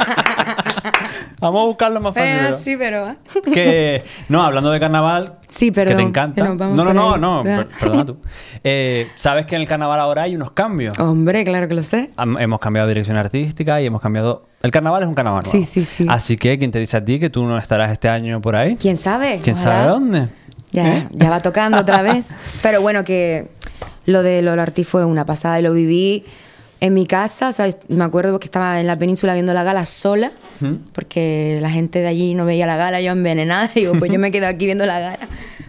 [SPEAKER 2] Vamos a buscarlo más fácil.
[SPEAKER 4] Pero
[SPEAKER 2] ¿verdad?
[SPEAKER 4] sí, pero... ¿eh?
[SPEAKER 2] Que, no, hablando de carnaval,
[SPEAKER 4] Sí,
[SPEAKER 2] que
[SPEAKER 4] perdón,
[SPEAKER 2] te encanta.
[SPEAKER 4] que nos vamos
[SPEAKER 2] no, no,
[SPEAKER 4] por
[SPEAKER 2] no,
[SPEAKER 4] ahí.
[SPEAKER 2] no,
[SPEAKER 4] Ah.
[SPEAKER 2] per- perdona tú. Eh, Sabes que en el carnaval ahora hay unos cambios.
[SPEAKER 4] Hombre, claro que lo sé.
[SPEAKER 2] Am- Hemos cambiado dirección artística y hemos cambiado. El carnaval es un carnaval.
[SPEAKER 4] Sí,
[SPEAKER 2] nuevo.
[SPEAKER 4] sí, sí.
[SPEAKER 2] Así que, ¿quién te dice a ti que tú no estarás este año por ahí?
[SPEAKER 4] ¿Quién sabe?
[SPEAKER 2] ¿Quién
[SPEAKER 4] Ojalá.
[SPEAKER 2] sabe dónde?
[SPEAKER 4] Ya,
[SPEAKER 2] ¿Eh?
[SPEAKER 4] ya va tocando otra vez. Pero bueno, que lo de Lola Ortiz fue una pasada y lo viví en mi casa. O sea, est- me acuerdo que estaba en la península viendo la gala sola, porque la gente de allí no veía la gala, yo envenenada. Digo, pues yo me quedo aquí viendo la gala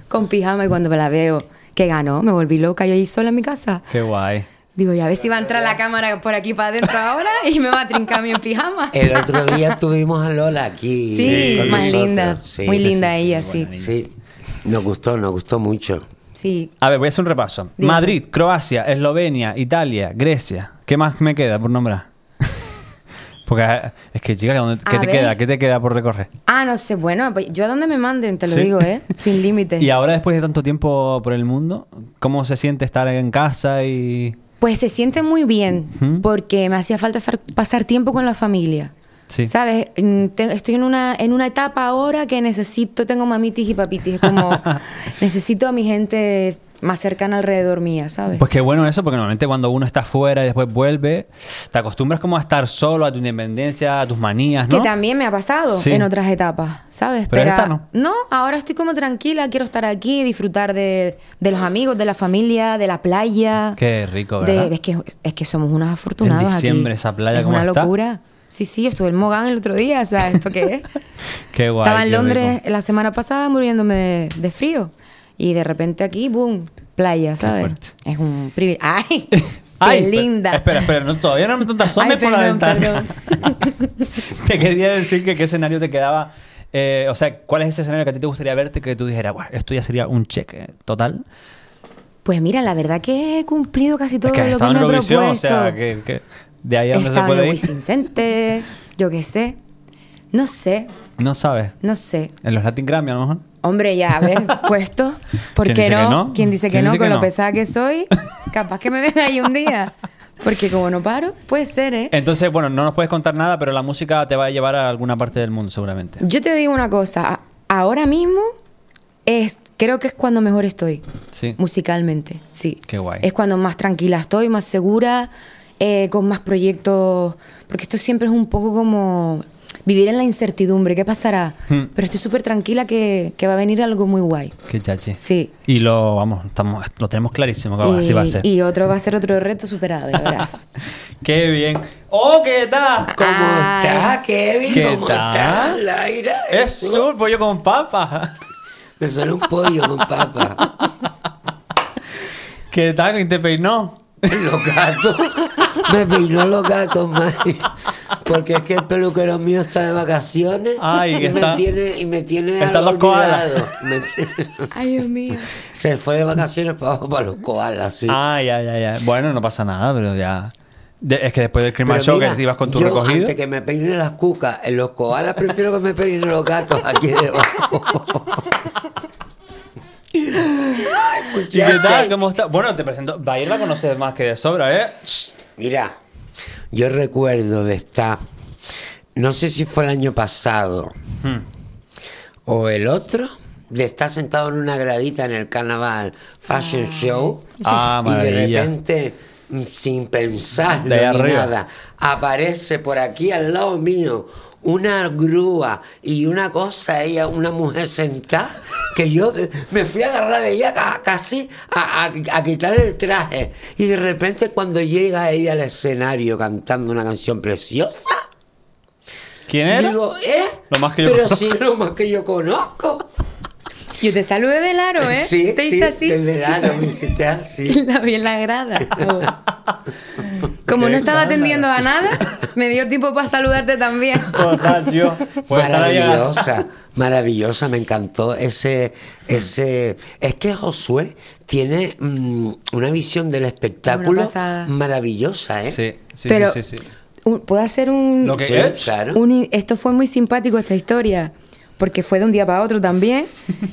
[SPEAKER 4] con pijama y cuando me la veo que ganó, me volví loca. Yo allí sola en mi casa.
[SPEAKER 2] Qué guay.
[SPEAKER 4] Digo, ya a ver si va a entrar la cámara por aquí para adentro ahora y me va a trincar mi pijama.
[SPEAKER 3] El otro día tuvimos a Lola aquí.
[SPEAKER 4] Sí,
[SPEAKER 3] con
[SPEAKER 4] más
[SPEAKER 3] nosotros.
[SPEAKER 4] linda.
[SPEAKER 3] Sí,
[SPEAKER 4] Muy
[SPEAKER 3] sí,
[SPEAKER 4] linda
[SPEAKER 3] sí,
[SPEAKER 4] ella,
[SPEAKER 2] sí,
[SPEAKER 4] sí.
[SPEAKER 2] buena
[SPEAKER 3] Sí, nos gustó, nos gustó mucho.
[SPEAKER 4] Sí.
[SPEAKER 2] A ver, voy a hacer un repaso.
[SPEAKER 4] Dime.
[SPEAKER 2] Madrid, Croacia, Eslovenia, Italia, Grecia. ¿Qué más me queda por nombrar? Porque eh, es que, chica, ¿dónde- ¿qué
[SPEAKER 4] A
[SPEAKER 2] te
[SPEAKER 4] ver.
[SPEAKER 2] queda? ¿Qué te queda por recorrer?
[SPEAKER 4] Ah, no sé, bueno, pues yo a donde me manden, te lo
[SPEAKER 2] Sí.
[SPEAKER 4] digo, ¿eh? Sin límites.
[SPEAKER 2] Y ahora, después de tanto tiempo por el mundo, ¿cómo se siente estar en casa y...?
[SPEAKER 4] Pues se siente muy bien,
[SPEAKER 2] Ujú.
[SPEAKER 4] porque me hacía falta estar- pasar tiempo con la familia.
[SPEAKER 2] Sí.
[SPEAKER 4] ¿Sabes? Mm, te- estoy en una, en una etapa ahora que necesito, tengo mamitis y papitis, es como necesito a mi gente más cercana alrededor mía, ¿sabes?
[SPEAKER 2] Pues qué bueno eso, porque normalmente cuando uno está fuera y después vuelve, te acostumbras como a estar solo, a tu independencia, a tus manías, ¿no?
[SPEAKER 4] Que también me ha pasado
[SPEAKER 2] Sí.
[SPEAKER 4] en otras etapas, ¿sabes?
[SPEAKER 2] Pero esta
[SPEAKER 4] a-
[SPEAKER 2] no.
[SPEAKER 4] ahora estoy como tranquila, quiero estar aquí, disfrutar de, de los amigos, de la familia, de la playa.
[SPEAKER 2] Qué rico,
[SPEAKER 4] de-
[SPEAKER 2] ¿verdad?
[SPEAKER 4] es, que, es que somos unos afortunados
[SPEAKER 2] En diciembre
[SPEAKER 4] aquí.
[SPEAKER 2] esa playa,
[SPEAKER 4] Es
[SPEAKER 2] ¿cómo
[SPEAKER 4] una
[SPEAKER 2] está?
[SPEAKER 4] locura. Sí, sí, yo estuve en Mogán el otro día, o sea, ¿esto qué es?
[SPEAKER 2] Qué guay,
[SPEAKER 4] Estaba en
[SPEAKER 2] qué
[SPEAKER 4] Londres
[SPEAKER 2] rico.
[SPEAKER 4] la semana pasada muriéndome de, de frío y de repente aquí, boom, playa, ¿sabes?
[SPEAKER 2] fuerte.
[SPEAKER 4] Es un privilegio. ¡Ay!
[SPEAKER 2] Ay,
[SPEAKER 4] ¡Qué
[SPEAKER 2] pe-
[SPEAKER 4] linda!
[SPEAKER 2] Espera, espera, no, todavía no me te asomes
[SPEAKER 4] Ay,
[SPEAKER 2] por la
[SPEAKER 4] perdón,
[SPEAKER 2] ventana. te quería decir que qué escenario te quedaba. eh, o sea, ¿cuál es ese escenario que a ti te gustaría verte que tú dijeras, "Buah, esto ya sería un cheque total?
[SPEAKER 4] Pues mira, la verdad que he cumplido casi todo
[SPEAKER 2] es que has
[SPEAKER 4] lo que
[SPEAKER 2] estado
[SPEAKER 4] me
[SPEAKER 2] en
[SPEAKER 4] he propuesto.
[SPEAKER 2] Eurovisión, o sea, que, que de ahí a donde se
[SPEAKER 4] Estaba en
[SPEAKER 2] puede
[SPEAKER 4] el
[SPEAKER 2] ir.
[SPEAKER 4] Wisin Center, yo qué sé. No sé,
[SPEAKER 2] No sabes.
[SPEAKER 4] no sé.
[SPEAKER 2] En los Latin Grammy, a lo mejor.
[SPEAKER 4] Hombre, ya, a ver, puesto. ¿Por
[SPEAKER 2] ¿Quién
[SPEAKER 4] qué
[SPEAKER 2] dice que
[SPEAKER 4] no?
[SPEAKER 2] no?
[SPEAKER 4] ¿Quién dice que
[SPEAKER 2] ¿Quién
[SPEAKER 4] no?
[SPEAKER 2] dice
[SPEAKER 4] Con
[SPEAKER 2] que
[SPEAKER 4] lo
[SPEAKER 2] no?
[SPEAKER 4] pesada que soy, capaz que me ven ahí un día. Porque como no paro, puede ser, ¿eh?
[SPEAKER 2] Entonces, bueno, no nos puedes contar nada, pero la música te va a llevar a alguna parte del mundo, seguramente.
[SPEAKER 4] Yo te digo una cosa. a- Ahora mismo es, creo que es cuando mejor estoy.
[SPEAKER 2] Sí.
[SPEAKER 4] Musicalmente, sí.
[SPEAKER 2] Qué guay.
[SPEAKER 4] Es cuando más tranquila estoy, más segura, eh, con más proyectos. Porque esto siempre es un poco como vivir en la incertidumbre. ¿Qué pasará?
[SPEAKER 2] Hmm.
[SPEAKER 4] Pero estoy súper tranquila que, que va a venir algo muy guay.
[SPEAKER 2] Qué chachi.
[SPEAKER 4] Sí.
[SPEAKER 2] Y lo, vamos, estamos, lo tenemos clarísimo que
[SPEAKER 4] y,
[SPEAKER 2] así va a ser.
[SPEAKER 4] y otro va a ser otro reto superado, ya verás.
[SPEAKER 2] ¡Qué bien! ¡Oh, qué tal!
[SPEAKER 3] ¿Cómo
[SPEAKER 4] Ay.
[SPEAKER 3] está, Kevin?
[SPEAKER 2] ¿Qué
[SPEAKER 3] ¿Cómo
[SPEAKER 2] tal?
[SPEAKER 3] está, Laira?
[SPEAKER 2] ¡Es un pollo con papa!
[SPEAKER 3] Me sale un pollo con papa.
[SPEAKER 2] ¿Qué tal? ¿Quién te peinó?
[SPEAKER 3] Los gatos. me peinó los gatos, Mari. Porque es que el peluquero mío está de vacaciones
[SPEAKER 2] Ay,
[SPEAKER 3] y,
[SPEAKER 2] que está-
[SPEAKER 3] me tiene, y me tiene
[SPEAKER 2] están
[SPEAKER 3] algo
[SPEAKER 2] los koalas.
[SPEAKER 3] olvidado. Me tiene-
[SPEAKER 4] Ay, Dios mío.
[SPEAKER 3] Se fue de vacaciones para, para los koalas, sí.
[SPEAKER 2] Ah, ya, ya, ya. Bueno, no pasa nada, pero ya. De- es que después del
[SPEAKER 3] Pero
[SPEAKER 2] criminal show
[SPEAKER 3] mira,
[SPEAKER 2] que te ibas con tu
[SPEAKER 3] yo
[SPEAKER 2] recogido.
[SPEAKER 3] Antes que me peinen las cucas, en los koalas prefiero que me peinen los gatos aquí debajo.
[SPEAKER 2] ¿Y qué tal? ¿Cómo está? Bueno, te presento. Bayer la conoces más que de sobra, ¿eh?
[SPEAKER 3] Mira, yo recuerdo de esta, no sé si fue el año pasado
[SPEAKER 2] Hmm.
[SPEAKER 3] o el otro, de estar sentado en una gradita en el carnaval Fashion Show
[SPEAKER 2] Ah,
[SPEAKER 3] y de
[SPEAKER 2] maravilla.
[SPEAKER 3] repente, mm, sin pensar
[SPEAKER 2] De ahí arriba.
[SPEAKER 3] nada, aparece por aquí al lado mío una grúa y una cosa, ella, una mujer sentada, que yo me fui a agarrar de ella ca- casi a, a- a quitar el traje. Y de repente cuando llega ella al escenario cantando una canción preciosa,
[SPEAKER 2] ¿Quién era?
[SPEAKER 3] digo, ¿eh?
[SPEAKER 2] Lo más que yo
[SPEAKER 3] Pero
[SPEAKER 2] conozco.
[SPEAKER 3] sí, lo más que yo conozco.
[SPEAKER 4] Yo te saludé del aro, ¿eh?
[SPEAKER 3] Sí,
[SPEAKER 4] te hice
[SPEAKER 3] sí,
[SPEAKER 4] así.
[SPEAKER 3] del verano, me hiciste así.
[SPEAKER 4] La vi en la grada. Oh. Como no estaba atendiendo a nada, me dio tiempo para saludarte también.
[SPEAKER 2] Total, tío. Pues estar ahí a-
[SPEAKER 3] maravillosa, maravillosa, me encantó ese, ese, es que Josué tiene mm, una visión del espectáculo
[SPEAKER 4] pasada.
[SPEAKER 3] maravillosa, ¿eh?
[SPEAKER 2] Sí, sí,
[SPEAKER 4] Pero,
[SPEAKER 2] sí, sí, sí.
[SPEAKER 4] un- ¿puedo hacer un,
[SPEAKER 2] Lo que
[SPEAKER 3] Sí,
[SPEAKER 2] es.
[SPEAKER 3] claro.
[SPEAKER 4] un in- Esto fue muy simpático, esta historia. Porque fue de un día para otro también.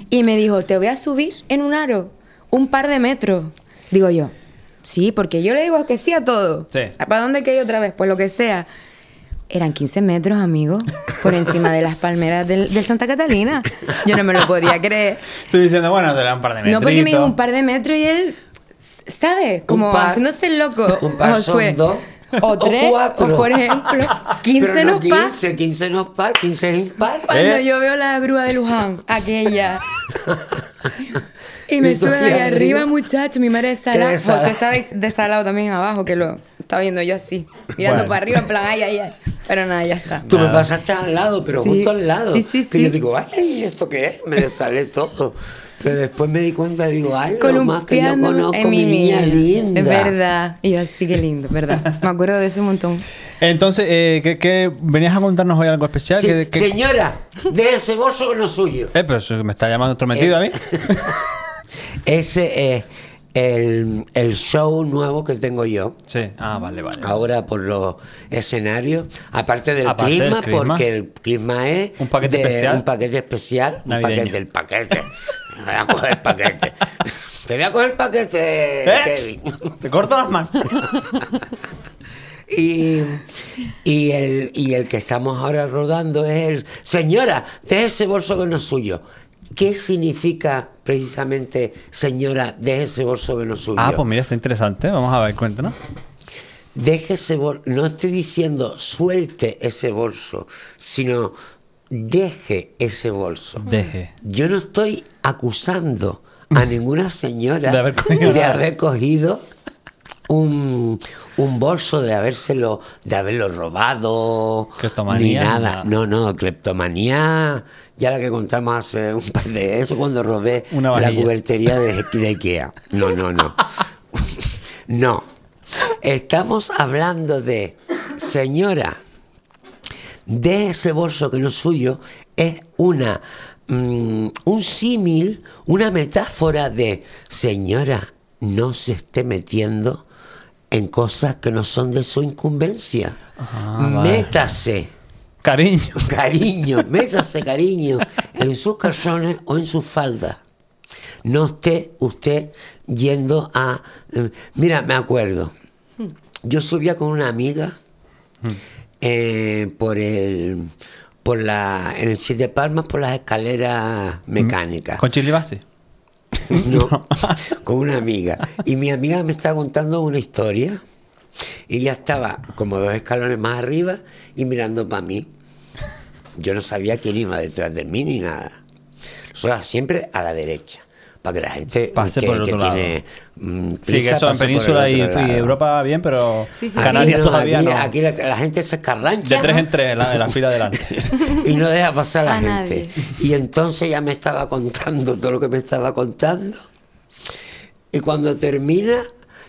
[SPEAKER 4] Y me dijo, te voy a subir en un aro, un par de metros. Digo yo, sí, porque yo le digo que sí a todo.
[SPEAKER 2] Sí.
[SPEAKER 4] ¿Para dónde que yo otra vez? Pues lo que sea. Eran 15 metros, amigo, por encima de las palmeras del, del Santa Catalina. Yo no me lo podía creer.
[SPEAKER 2] Estoy diciendo, bueno, será un par de
[SPEAKER 4] No,
[SPEAKER 2] metritos.
[SPEAKER 4] porque me dijo un par de metros y él, s- ¿sabe? Como
[SPEAKER 3] Un par-
[SPEAKER 4] haciéndose el loco.
[SPEAKER 3] un par son
[SPEAKER 4] Josué.
[SPEAKER 3] dos,
[SPEAKER 4] O
[SPEAKER 3] o
[SPEAKER 4] tres, o,
[SPEAKER 3] cuatro.
[SPEAKER 4] por ejemplo, 15
[SPEAKER 3] Pero no
[SPEAKER 4] nos pasa.
[SPEAKER 3] 15, 15 no es par, 15 es impar.
[SPEAKER 4] Cuando
[SPEAKER 2] ¿Eh?
[SPEAKER 4] yo veo la grúa de Luján, aquella. Y me
[SPEAKER 3] Y tú
[SPEAKER 4] suben
[SPEAKER 3] ahí
[SPEAKER 4] ahí arriba,
[SPEAKER 3] arriba.
[SPEAKER 4] muchacho. Mi madre de
[SPEAKER 3] Qué
[SPEAKER 4] sala.
[SPEAKER 3] desalado.
[SPEAKER 4] José estaba desalado también abajo, que lo estaba viendo yo así, mirando
[SPEAKER 2] Bueno.
[SPEAKER 4] para arriba, en plan, ay, ay, ay. Pero nada, ya está.
[SPEAKER 3] Tú me
[SPEAKER 2] Nada.
[SPEAKER 3] pasaste al lado, pero
[SPEAKER 4] Sí.
[SPEAKER 3] justo al lado.
[SPEAKER 4] Sí, sí,
[SPEAKER 3] que
[SPEAKER 4] sí.
[SPEAKER 3] yo digo, ay, ¿esto qué es? Me sale todo. Pero después me di cuenta y digo, ay, lo más que yo
[SPEAKER 4] Columpiando
[SPEAKER 3] conozco,
[SPEAKER 4] en
[SPEAKER 3] mi niña linda.
[SPEAKER 4] Es verdad. Y yo, así que lindo, ¿verdad? Me acuerdo de ese montón.
[SPEAKER 2] Entonces, eh, ¿qué, qué- venías a contarnos hoy algo especial?
[SPEAKER 3] Sí,
[SPEAKER 2] ¿Qué- qué-
[SPEAKER 3] Señora, de ese bolso que no es suyo.
[SPEAKER 2] Eh, pero se- me está llamando entrometido a mí.
[SPEAKER 3] Ese es el, el show nuevo que tengo yo.
[SPEAKER 2] Sí. Ah, vale, vale.
[SPEAKER 3] Ahora por los escenarios, aparte del
[SPEAKER 2] Aparte del
[SPEAKER 3] crisma,
[SPEAKER 2] crisma.
[SPEAKER 3] porque el crisma es
[SPEAKER 2] Un paquete
[SPEAKER 3] de-
[SPEAKER 2] especial.
[SPEAKER 3] un paquete especial, un
[SPEAKER 2] Navideño.
[SPEAKER 3] paquete, el paquete. Me voy a coger el paquete. Te voy a coger el paquete,
[SPEAKER 2] ¿Eh?
[SPEAKER 3] Kevin.
[SPEAKER 2] Te corto las manos.
[SPEAKER 3] Y, y el, y el que estamos ahora rodando es el, señora, de ese bolso que no es suyo. ¿Qué significa precisamente, señora, de ese bolso que no es suyo?
[SPEAKER 2] Ah, pues mira, está interesante. Vamos a ver, cuéntanos.
[SPEAKER 3] Deje ese bolso. No estoy diciendo suelte ese bolso, sino deje ese bolso.
[SPEAKER 2] Deje.
[SPEAKER 3] Yo no estoy acusando a ninguna señora
[SPEAKER 2] De haber cogido.
[SPEAKER 3] de haber cogido un, un bolso, de habérselo, de haberlo robado, ni
[SPEAKER 2] Criptomanía, nada.
[SPEAKER 3] nada. No, no, cleptomanía, ya la que contamos hace un par de eso cuando robé
[SPEAKER 2] Una
[SPEAKER 3] la
[SPEAKER 2] vajilla.
[SPEAKER 3] cubertería de, de Ikea. No, no, no. No. Estamos hablando de, señora, de ese bolso que no es suyo es una mm, un símil, una metáfora de señora, no se esté metiendo en cosas que no son de su incumbencia.
[SPEAKER 2] vale.
[SPEAKER 3] métase,
[SPEAKER 2] Cariño.
[SPEAKER 3] cariño, métase, cariño, en sus calzones o en sus faldas. No esté usted yendo a... eh, Mira, me acuerdo. Yo subía con una amiga eh, por el por la en el Siete Palmas por las escaleras mecánicas
[SPEAKER 2] Con Chili Basti.
[SPEAKER 3] no, con una amiga y mi amiga me estaba contando una historia y ella estaba como dos escalones más arriba y mirando para mí yo no sabía quién iba detrás de mí ni nada Nosotros siempre a la derecha para que la gente mm,
[SPEAKER 2] Pase
[SPEAKER 3] que,
[SPEAKER 2] por el
[SPEAKER 3] que
[SPEAKER 2] otro lado.
[SPEAKER 3] tiene mm,
[SPEAKER 2] Sí, que
[SPEAKER 3] prisa
[SPEAKER 2] eso en
[SPEAKER 3] pase por el
[SPEAKER 2] Península
[SPEAKER 3] otro
[SPEAKER 2] y, y
[SPEAKER 3] lado.
[SPEAKER 2] Europa bien, pero
[SPEAKER 4] Sí, sí, sí.
[SPEAKER 2] Canarias
[SPEAKER 3] Aquí no,
[SPEAKER 2] todavía
[SPEAKER 3] aquí-
[SPEAKER 2] no.
[SPEAKER 3] Aquí la, la gente se escarrancha
[SPEAKER 2] de tres en tres, la, la fila delante.
[SPEAKER 3] y no deja pasar a la
[SPEAKER 4] A
[SPEAKER 3] gente.
[SPEAKER 4] nadie.
[SPEAKER 3] Y entonces ya me estaba contando todo lo que me estaba contando. Y cuando termina,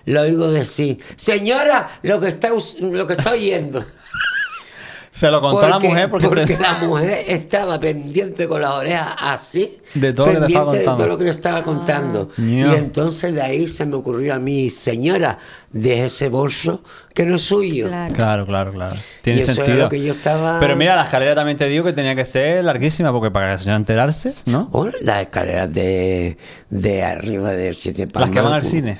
[SPEAKER 3] lo oigo decir, señora, lo que está, us- lo que está oyendo.
[SPEAKER 2] Se lo contó a la mujer porque, se-
[SPEAKER 3] la mujer estaba pendiente con las orejas así,
[SPEAKER 2] De todo lo que le estaba
[SPEAKER 3] pendiente de todo
[SPEAKER 2] contando.
[SPEAKER 3] lo que le estaba contando.
[SPEAKER 4] Ah.
[SPEAKER 2] Ño.
[SPEAKER 3] Y entonces de ahí se me ocurrió a mí, señora, deje ese bolso que no es suyo.
[SPEAKER 4] Claro.
[SPEAKER 2] Claro, claro, claro. Tiene
[SPEAKER 3] eso era
[SPEAKER 2] sentido.
[SPEAKER 3] lo que yo estaba-
[SPEAKER 2] Pero mira, la escalera también te digo que tenía que ser larguísima porque para que la señora enterarse, ¿no?
[SPEAKER 3] O Oh, las escaleras de, de arriba del siete
[SPEAKER 2] Las
[SPEAKER 3] palmas.
[SPEAKER 2] que van al cine.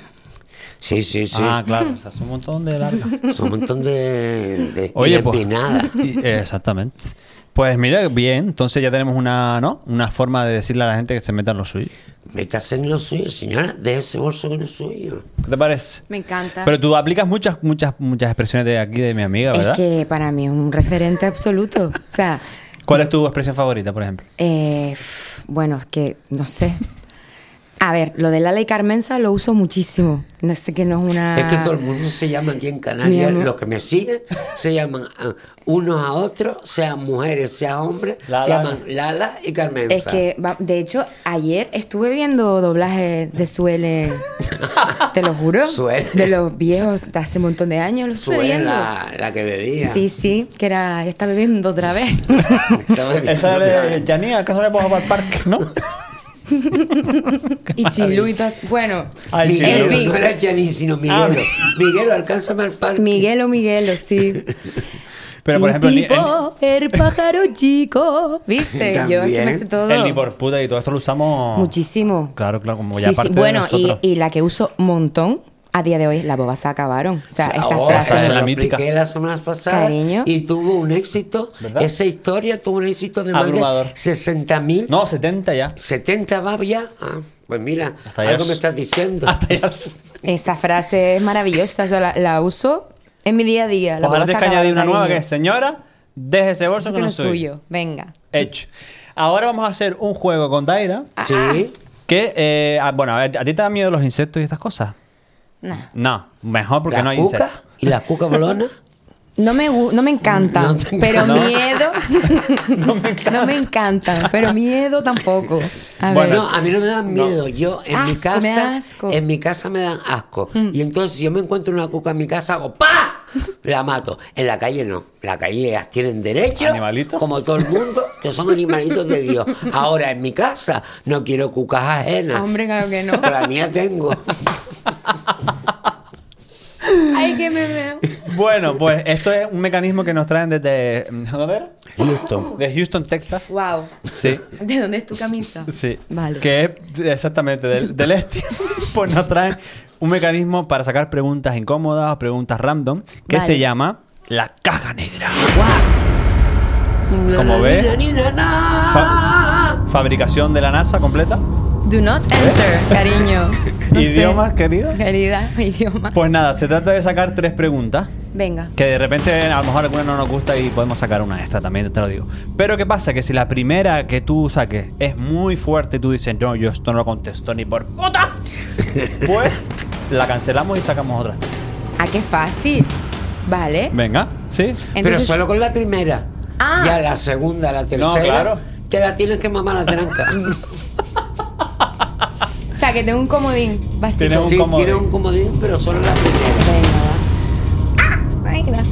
[SPEAKER 3] Sí, sí, sí.
[SPEAKER 2] Ah, claro. O sea, son un montón de largas.
[SPEAKER 3] Son un montón de, de, y de
[SPEAKER 2] pues-
[SPEAKER 3] empinadas.
[SPEAKER 2] y- eh, exactamente. Pues mira, bien. Entonces ya tenemos una, ¿no? Una forma de decirle a la gente que se meta en lo suyo.
[SPEAKER 3] Me está haciendo lo suyo, señora. Deje ese bolso que no es suyo.
[SPEAKER 2] ¿Qué te parece?
[SPEAKER 4] Me encanta.
[SPEAKER 2] Pero tú aplicas muchas, muchas, muchas expresiones de aquí de mi amiga, ¿verdad?
[SPEAKER 4] es que para mí es un referente absoluto. O sea,
[SPEAKER 2] ¿Cuál es tu expresión favorita, por ejemplo?
[SPEAKER 4] eh, f- bueno, es que no sé. A ver, lo de Lala y Carmenza lo uso muchísimo. No sé que no es una.
[SPEAKER 3] Es que todo el mundo se llama aquí en
[SPEAKER 4] Ah. Mi
[SPEAKER 3] Canarias,
[SPEAKER 4] amor.
[SPEAKER 3] los que me siguen, se llaman ah, unos a otros, sean mujeres, sean hombres,
[SPEAKER 2] Lala.
[SPEAKER 3] se llaman Lala y Carmenza.
[SPEAKER 4] Es que, va- de hecho, ayer estuve viendo doblaje de Suele, te lo juro,
[SPEAKER 3] Suele.
[SPEAKER 4] de los viejos de hace un montón de años, lo estuve
[SPEAKER 3] Sue es
[SPEAKER 4] viendo.
[SPEAKER 3] la, la que bebía.
[SPEAKER 4] Sí, sí, que era, ya está bebiendo otra vez.
[SPEAKER 3] Estaba diciendo
[SPEAKER 2] Esa
[SPEAKER 3] otra
[SPEAKER 2] de
[SPEAKER 3] vez.
[SPEAKER 2] Janía, ¿acaso me pongo para el parque, no?
[SPEAKER 4] y Chinlu y todas- Bueno,
[SPEAKER 2] Ay, Ah.
[SPEAKER 4] en
[SPEAKER 3] Miguelo,
[SPEAKER 4] fin.
[SPEAKER 3] no era Janine, sino Miguelo. Miguelo, alcánzame al parque.
[SPEAKER 4] Miguelo, Miguelo, sí.
[SPEAKER 2] Pero por
[SPEAKER 4] Y
[SPEAKER 2] ejemplo, ni- el,
[SPEAKER 4] Pipo, el pájaro chico. ¿Viste? Yo es que me sé
[SPEAKER 3] También.
[SPEAKER 4] todo.
[SPEAKER 2] el ni por puta y todo esto lo usamos.
[SPEAKER 4] Muchísimo.
[SPEAKER 2] Claro, claro, como
[SPEAKER 4] Sí,
[SPEAKER 2] ya
[SPEAKER 4] sí,
[SPEAKER 2] parte
[SPEAKER 4] Bueno,
[SPEAKER 2] de
[SPEAKER 4] y,
[SPEAKER 2] nosotros.
[SPEAKER 4] y la que uso montón a día de hoy, las bobas se acabaron. O sea, esa
[SPEAKER 3] oh,
[SPEAKER 4] frase.
[SPEAKER 2] esa
[SPEAKER 3] se
[SPEAKER 2] es la
[SPEAKER 3] lo
[SPEAKER 2] mítica.
[SPEAKER 3] apliqué las semanas pasadas
[SPEAKER 4] Cariño.
[SPEAKER 3] y tuvo un éxito.
[SPEAKER 2] ¿Verdad?
[SPEAKER 3] Esa historia tuvo un éxito de más
[SPEAKER 2] Abrumador.
[SPEAKER 3] de 60 mil.
[SPEAKER 2] No, 70 ya.
[SPEAKER 3] 70 va ya. Ah, pues mira,
[SPEAKER 2] Hasta ayer.
[SPEAKER 3] algo me estás diciendo.
[SPEAKER 2] Hasta ya.
[SPEAKER 4] Esa frase es maravillosa, yo la, la uso en mi día a día. la
[SPEAKER 2] Ojalá
[SPEAKER 4] boba
[SPEAKER 2] te
[SPEAKER 4] se
[SPEAKER 2] Pues que
[SPEAKER 4] acabaron,
[SPEAKER 2] añadir una nueva que
[SPEAKER 4] cariño.
[SPEAKER 2] es, señora, deje ese bolso
[SPEAKER 4] Eso
[SPEAKER 2] que no es suyo.
[SPEAKER 4] suyo. Venga.
[SPEAKER 2] Hecho. Ahora vamos a hacer un juego con Daira. Ah.
[SPEAKER 3] Sí.
[SPEAKER 2] Que, eh, ah, bueno, a, ver, ¿a ti te dan miedo los insectos y estas cosas?
[SPEAKER 4] Nah.
[SPEAKER 2] No, mejor porque
[SPEAKER 3] las
[SPEAKER 2] no hay
[SPEAKER 3] cucas
[SPEAKER 2] insectos.
[SPEAKER 3] y las cucas bolonas.
[SPEAKER 4] No me, gu- no me encantan,
[SPEAKER 3] No te
[SPEAKER 4] pero
[SPEAKER 2] encanta.
[SPEAKER 4] miedo. no, me encantan, pero miedo tampoco. A
[SPEAKER 2] Bueno,
[SPEAKER 4] ver.
[SPEAKER 3] No, a mí no me dan miedo. Yo en mi
[SPEAKER 4] Asco,
[SPEAKER 3] casa,
[SPEAKER 4] me da asco. Mm.
[SPEAKER 3] en mi casa me dan asco. Y entonces si yo me encuentro una cuca en mi casa, hago ¡pa! La mato. En la calle no. En la calle ellas tienen derecho,
[SPEAKER 2] Animalitos.
[SPEAKER 3] como todo el mundo, que son animalitos de Dios. Ahora en mi casa no quiero cucas ajenas.
[SPEAKER 4] Hombre, claro que no.
[SPEAKER 3] La mía tengo.
[SPEAKER 4] Ay, que me veo.
[SPEAKER 2] Bueno, pues esto es un mecanismo que nos traen desde. mm, ¿A ver?
[SPEAKER 3] Houston.
[SPEAKER 2] De Houston, Texas.
[SPEAKER 4] Wow.
[SPEAKER 2] Sí.
[SPEAKER 4] ¿De dónde es tu camisa?
[SPEAKER 2] Sí.
[SPEAKER 4] Vale.
[SPEAKER 2] Que es exactamente del, del este. pues nos traen un mecanismo para sacar preguntas incómodas o preguntas random que
[SPEAKER 4] Vale.
[SPEAKER 2] se llama la caja negra.
[SPEAKER 4] Wow.
[SPEAKER 2] Como ves,
[SPEAKER 3] Ni, na, na.
[SPEAKER 4] Ah.
[SPEAKER 2] fa- fabricación de la NASA completa.
[SPEAKER 4] Do not enter, cariño. No sé.
[SPEAKER 2] Idiomas, querido.
[SPEAKER 4] Querida, idiomas.
[SPEAKER 2] Pues nada, se trata de sacar tres preguntas.
[SPEAKER 4] Venga.
[SPEAKER 2] Que de repente a lo mejor alguna no nos gusta y podemos sacar una extra también, te lo digo. Pero ¿qué pasa? Que si la primera que tú saques es muy fuerte y tú dices, no, yo esto no lo contesto ni por puta, pues la cancelamos y sacamos otras tres.
[SPEAKER 4] Ah, qué fácil. Vale.
[SPEAKER 2] Venga, ¿sí?
[SPEAKER 4] Entonces,
[SPEAKER 3] Pero solo con la primera.
[SPEAKER 4] Ah.
[SPEAKER 3] Ya la segunda, la tercera.
[SPEAKER 2] claro.
[SPEAKER 3] Te la tienes que mamar la tranca.
[SPEAKER 4] o sea, que tengo un comodín básico.
[SPEAKER 2] Tenemos-
[SPEAKER 3] sí,
[SPEAKER 2] comodín.
[SPEAKER 3] tiene un comodín, pero solo la primera.
[SPEAKER 4] Venga, va.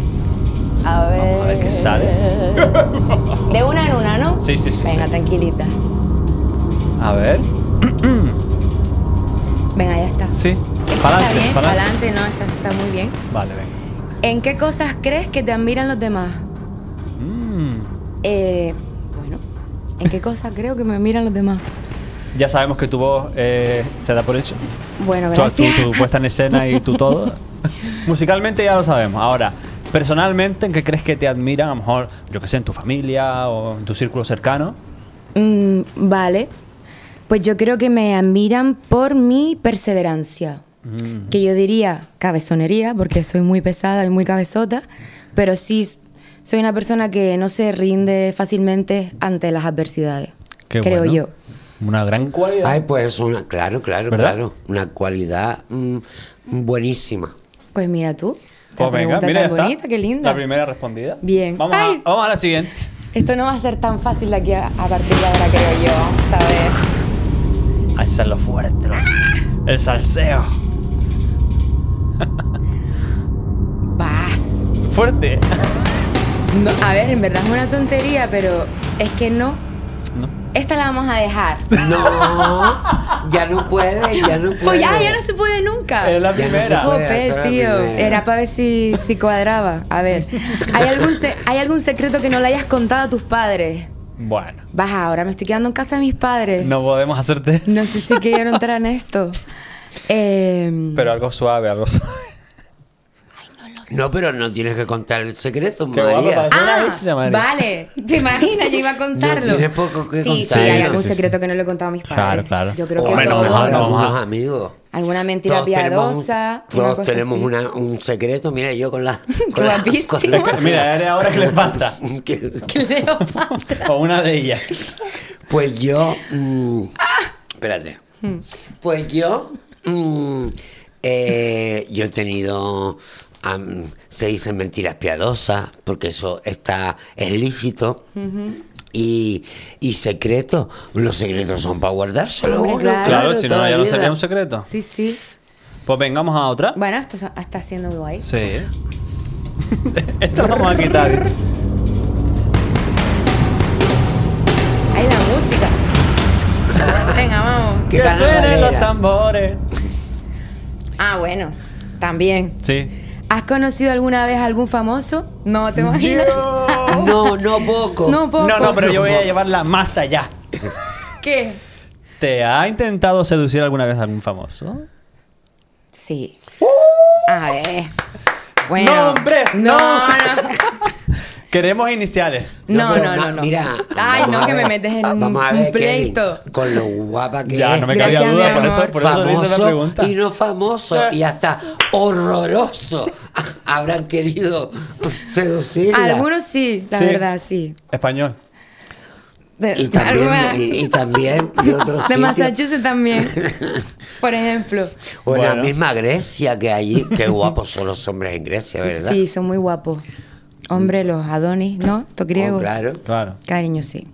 [SPEAKER 4] Ah, venga. A ver.
[SPEAKER 2] Vamos a ver qué sale.
[SPEAKER 4] De una en una, ¿no?
[SPEAKER 2] Sí, sí, sí,
[SPEAKER 4] Venga,
[SPEAKER 2] sí.
[SPEAKER 4] tranquilita.
[SPEAKER 2] A ver,
[SPEAKER 4] Venga, ya está.
[SPEAKER 2] sí.
[SPEAKER 4] Esta
[SPEAKER 2] Para
[SPEAKER 4] está
[SPEAKER 2] adelante,
[SPEAKER 4] bien,
[SPEAKER 2] para
[SPEAKER 4] para
[SPEAKER 2] adelante.
[SPEAKER 4] adelante, no, esta está muy bien.
[SPEAKER 2] Vale, venga.
[SPEAKER 4] ¿En qué cosas crees que te admiran los demás?
[SPEAKER 2] Mm.
[SPEAKER 4] Eh, bueno, ¿en qué cosas creo que me miran los demás?
[SPEAKER 2] Ya sabemos que tu voz eh, se da por hecho.
[SPEAKER 4] Bueno,
[SPEAKER 2] Tu, tu-
[SPEAKER 4] gracias.
[SPEAKER 2] tu puesta en escena y tu todo. Musicalmente ya lo sabemos. Ahora, personalmente, ¿en qué crees que te admiran? A lo mejor, yo que sé, en tu familia o en tu círculo cercano.
[SPEAKER 4] Mm, vale. Pues yo creo que me admiran por mi perseverancia.
[SPEAKER 2] Mm.
[SPEAKER 4] Que yo diría cabezonería, porque soy muy pesada y muy cabezota, pero sí s- soy una persona que no se rinde fácilmente ante las adversidades.
[SPEAKER 2] Qué
[SPEAKER 4] creo
[SPEAKER 2] bueno.
[SPEAKER 4] yo.
[SPEAKER 2] Una gran cualidad.
[SPEAKER 3] Ay, pues una, claro, claro,
[SPEAKER 2] ¿Verdad?
[SPEAKER 3] claro. Una cualidad mm, buenísima.
[SPEAKER 4] Pues mira tú.
[SPEAKER 2] Pues
[SPEAKER 4] esta pregunta
[SPEAKER 2] mira,
[SPEAKER 4] tan
[SPEAKER 2] ya está.
[SPEAKER 4] bonita, qué linda.
[SPEAKER 2] La primera respondida.
[SPEAKER 4] Bien.
[SPEAKER 2] Vamos, a,
[SPEAKER 4] Ay.
[SPEAKER 2] vamos a la siguiente.
[SPEAKER 4] Esto no va a ser tan fácil de aquí a, a partir de ahora, creo yo. Vamos a ver.
[SPEAKER 2] Ay, ser lo fuerte, los- el salseo.
[SPEAKER 4] Vas.
[SPEAKER 2] Fuerte.
[SPEAKER 4] No, a ver, en verdad es una tontería, pero es que no. Esta la vamos a dejar.
[SPEAKER 3] No, ya no puede, ya no puede.
[SPEAKER 4] Pues ya, ya no se puede nunca.
[SPEAKER 2] Ah, Es la
[SPEAKER 3] Ya no
[SPEAKER 2] primera.
[SPEAKER 3] se puede.
[SPEAKER 4] Jope,
[SPEAKER 3] esa era la
[SPEAKER 4] tío.
[SPEAKER 3] primera.
[SPEAKER 4] Era para ver si, si cuadraba. A ver, ¿hay algún, se- ¿hay algún secreto que no le hayas contado a tus padres?
[SPEAKER 2] Bueno,
[SPEAKER 4] Baja, ahora me estoy quedando en casa de mis padres.
[SPEAKER 2] no podemos hacerte.
[SPEAKER 4] No sé si quiero entrar en esto. Em,
[SPEAKER 2] Pero algo suave, algo suave.
[SPEAKER 3] No, pero no tienes que contar el secreto,
[SPEAKER 2] Qué guapo
[SPEAKER 3] María.
[SPEAKER 2] parece.
[SPEAKER 4] Ah,
[SPEAKER 2] Esa, madre.
[SPEAKER 4] vale. ¿Te imaginas? Yo iba a contarlo.
[SPEAKER 3] No tiene poco que
[SPEAKER 4] sí,
[SPEAKER 3] contar.
[SPEAKER 4] Sí, hay
[SPEAKER 2] Sí, sí,
[SPEAKER 4] algún
[SPEAKER 2] sí, sí.
[SPEAKER 4] secreto que no le he contado a mis padres.
[SPEAKER 2] Claro, claro.
[SPEAKER 4] Yo creo
[SPEAKER 3] O
[SPEAKER 4] que
[SPEAKER 3] a lo
[SPEAKER 2] Bueno,
[SPEAKER 4] todo-
[SPEAKER 3] mejor
[SPEAKER 2] mejor no,
[SPEAKER 3] algunos
[SPEAKER 2] ajá.
[SPEAKER 3] amigos.
[SPEAKER 4] alguna mentira piadosa.
[SPEAKER 3] Tenemos un, todos
[SPEAKER 4] cosa
[SPEAKER 3] tenemos
[SPEAKER 4] así.
[SPEAKER 3] una- un secreto. Mira, yo con la. Con la-
[SPEAKER 4] Guapísimo.
[SPEAKER 3] con la-
[SPEAKER 4] Es que,
[SPEAKER 2] Mira, era ahora que le falta.
[SPEAKER 3] que-
[SPEAKER 4] Cleopatra.
[SPEAKER 2] O una de ellas.
[SPEAKER 3] Pues yo. mm, espérate. Pues yo. mm, eh, yo he tenido. am, se dicen mentiras piadosas, porque eso está. Es lícito. Y, y secretos, los secretos son para guardárselo.
[SPEAKER 4] Hombre,
[SPEAKER 3] uno,
[SPEAKER 4] claro.
[SPEAKER 2] Claro, si no,
[SPEAKER 3] toda
[SPEAKER 2] ya no
[SPEAKER 3] vida.
[SPEAKER 2] sería un secreto.
[SPEAKER 4] Sí, sí.
[SPEAKER 2] Pues vengamos a otra.
[SPEAKER 4] Bueno, esto está siendo guay.
[SPEAKER 2] Sí. Esta la vamos a quitar.
[SPEAKER 4] Hay la música. Venga, vamos.
[SPEAKER 3] Qué
[SPEAKER 2] Que suenen
[SPEAKER 3] carnavalera.
[SPEAKER 2] los tambores.
[SPEAKER 4] Ah, bueno. También.
[SPEAKER 2] Sí.
[SPEAKER 4] ¿Has conocido alguna vez a algún famoso? No, te imaginas.
[SPEAKER 2] Yo-
[SPEAKER 3] No, no poco.
[SPEAKER 4] No, poco.
[SPEAKER 2] No, no, pero yo voy a llevarla más allá.
[SPEAKER 4] ¿Qué?
[SPEAKER 2] ¿Te ha intentado seducir alguna vez algún famoso?
[SPEAKER 4] Sí.
[SPEAKER 3] ¡Oh!
[SPEAKER 4] A ver. Bueno.
[SPEAKER 2] Nombres,
[SPEAKER 4] No,
[SPEAKER 2] no.
[SPEAKER 4] no.
[SPEAKER 2] Queremos iniciales.
[SPEAKER 4] No,
[SPEAKER 3] pero
[SPEAKER 4] no,
[SPEAKER 3] ma-
[SPEAKER 4] no, no.
[SPEAKER 3] Mira.
[SPEAKER 4] Ay,
[SPEAKER 3] vamos
[SPEAKER 4] no,
[SPEAKER 3] a
[SPEAKER 4] que
[SPEAKER 3] ver-
[SPEAKER 4] me metes en un
[SPEAKER 3] Vamos a ver, Kelly,
[SPEAKER 4] pleito.
[SPEAKER 3] con lo guapa que
[SPEAKER 2] Ya,
[SPEAKER 3] es.
[SPEAKER 2] no me
[SPEAKER 4] Gracias,
[SPEAKER 2] cabía duda,
[SPEAKER 4] mi
[SPEAKER 2] por eso,
[SPEAKER 4] amor.
[SPEAKER 2] por eso le hice la
[SPEAKER 3] Famoso
[SPEAKER 2] pregunta.
[SPEAKER 3] y no famoso y hasta horroroso habrán querido seducirla.
[SPEAKER 4] Algunos sí, la
[SPEAKER 2] Sí.
[SPEAKER 4] verdad, sí.
[SPEAKER 2] Español.
[SPEAKER 4] De,
[SPEAKER 3] y también,
[SPEAKER 4] alguna-
[SPEAKER 3] y, y también de otros
[SPEAKER 4] de
[SPEAKER 3] sitios.
[SPEAKER 4] Massachusetts también. Por ejemplo.
[SPEAKER 3] O en la
[SPEAKER 2] Bueno.
[SPEAKER 3] misma Grecia que allí. Qué guapos son los hombres en Grecia, ¿verdad? Oh, Mm.
[SPEAKER 4] Sí, son muy guapos. Hombre, los Adonis, ¿no? Estos griegos.
[SPEAKER 3] Oh, claro.
[SPEAKER 2] Claro.
[SPEAKER 4] Cariño, sí.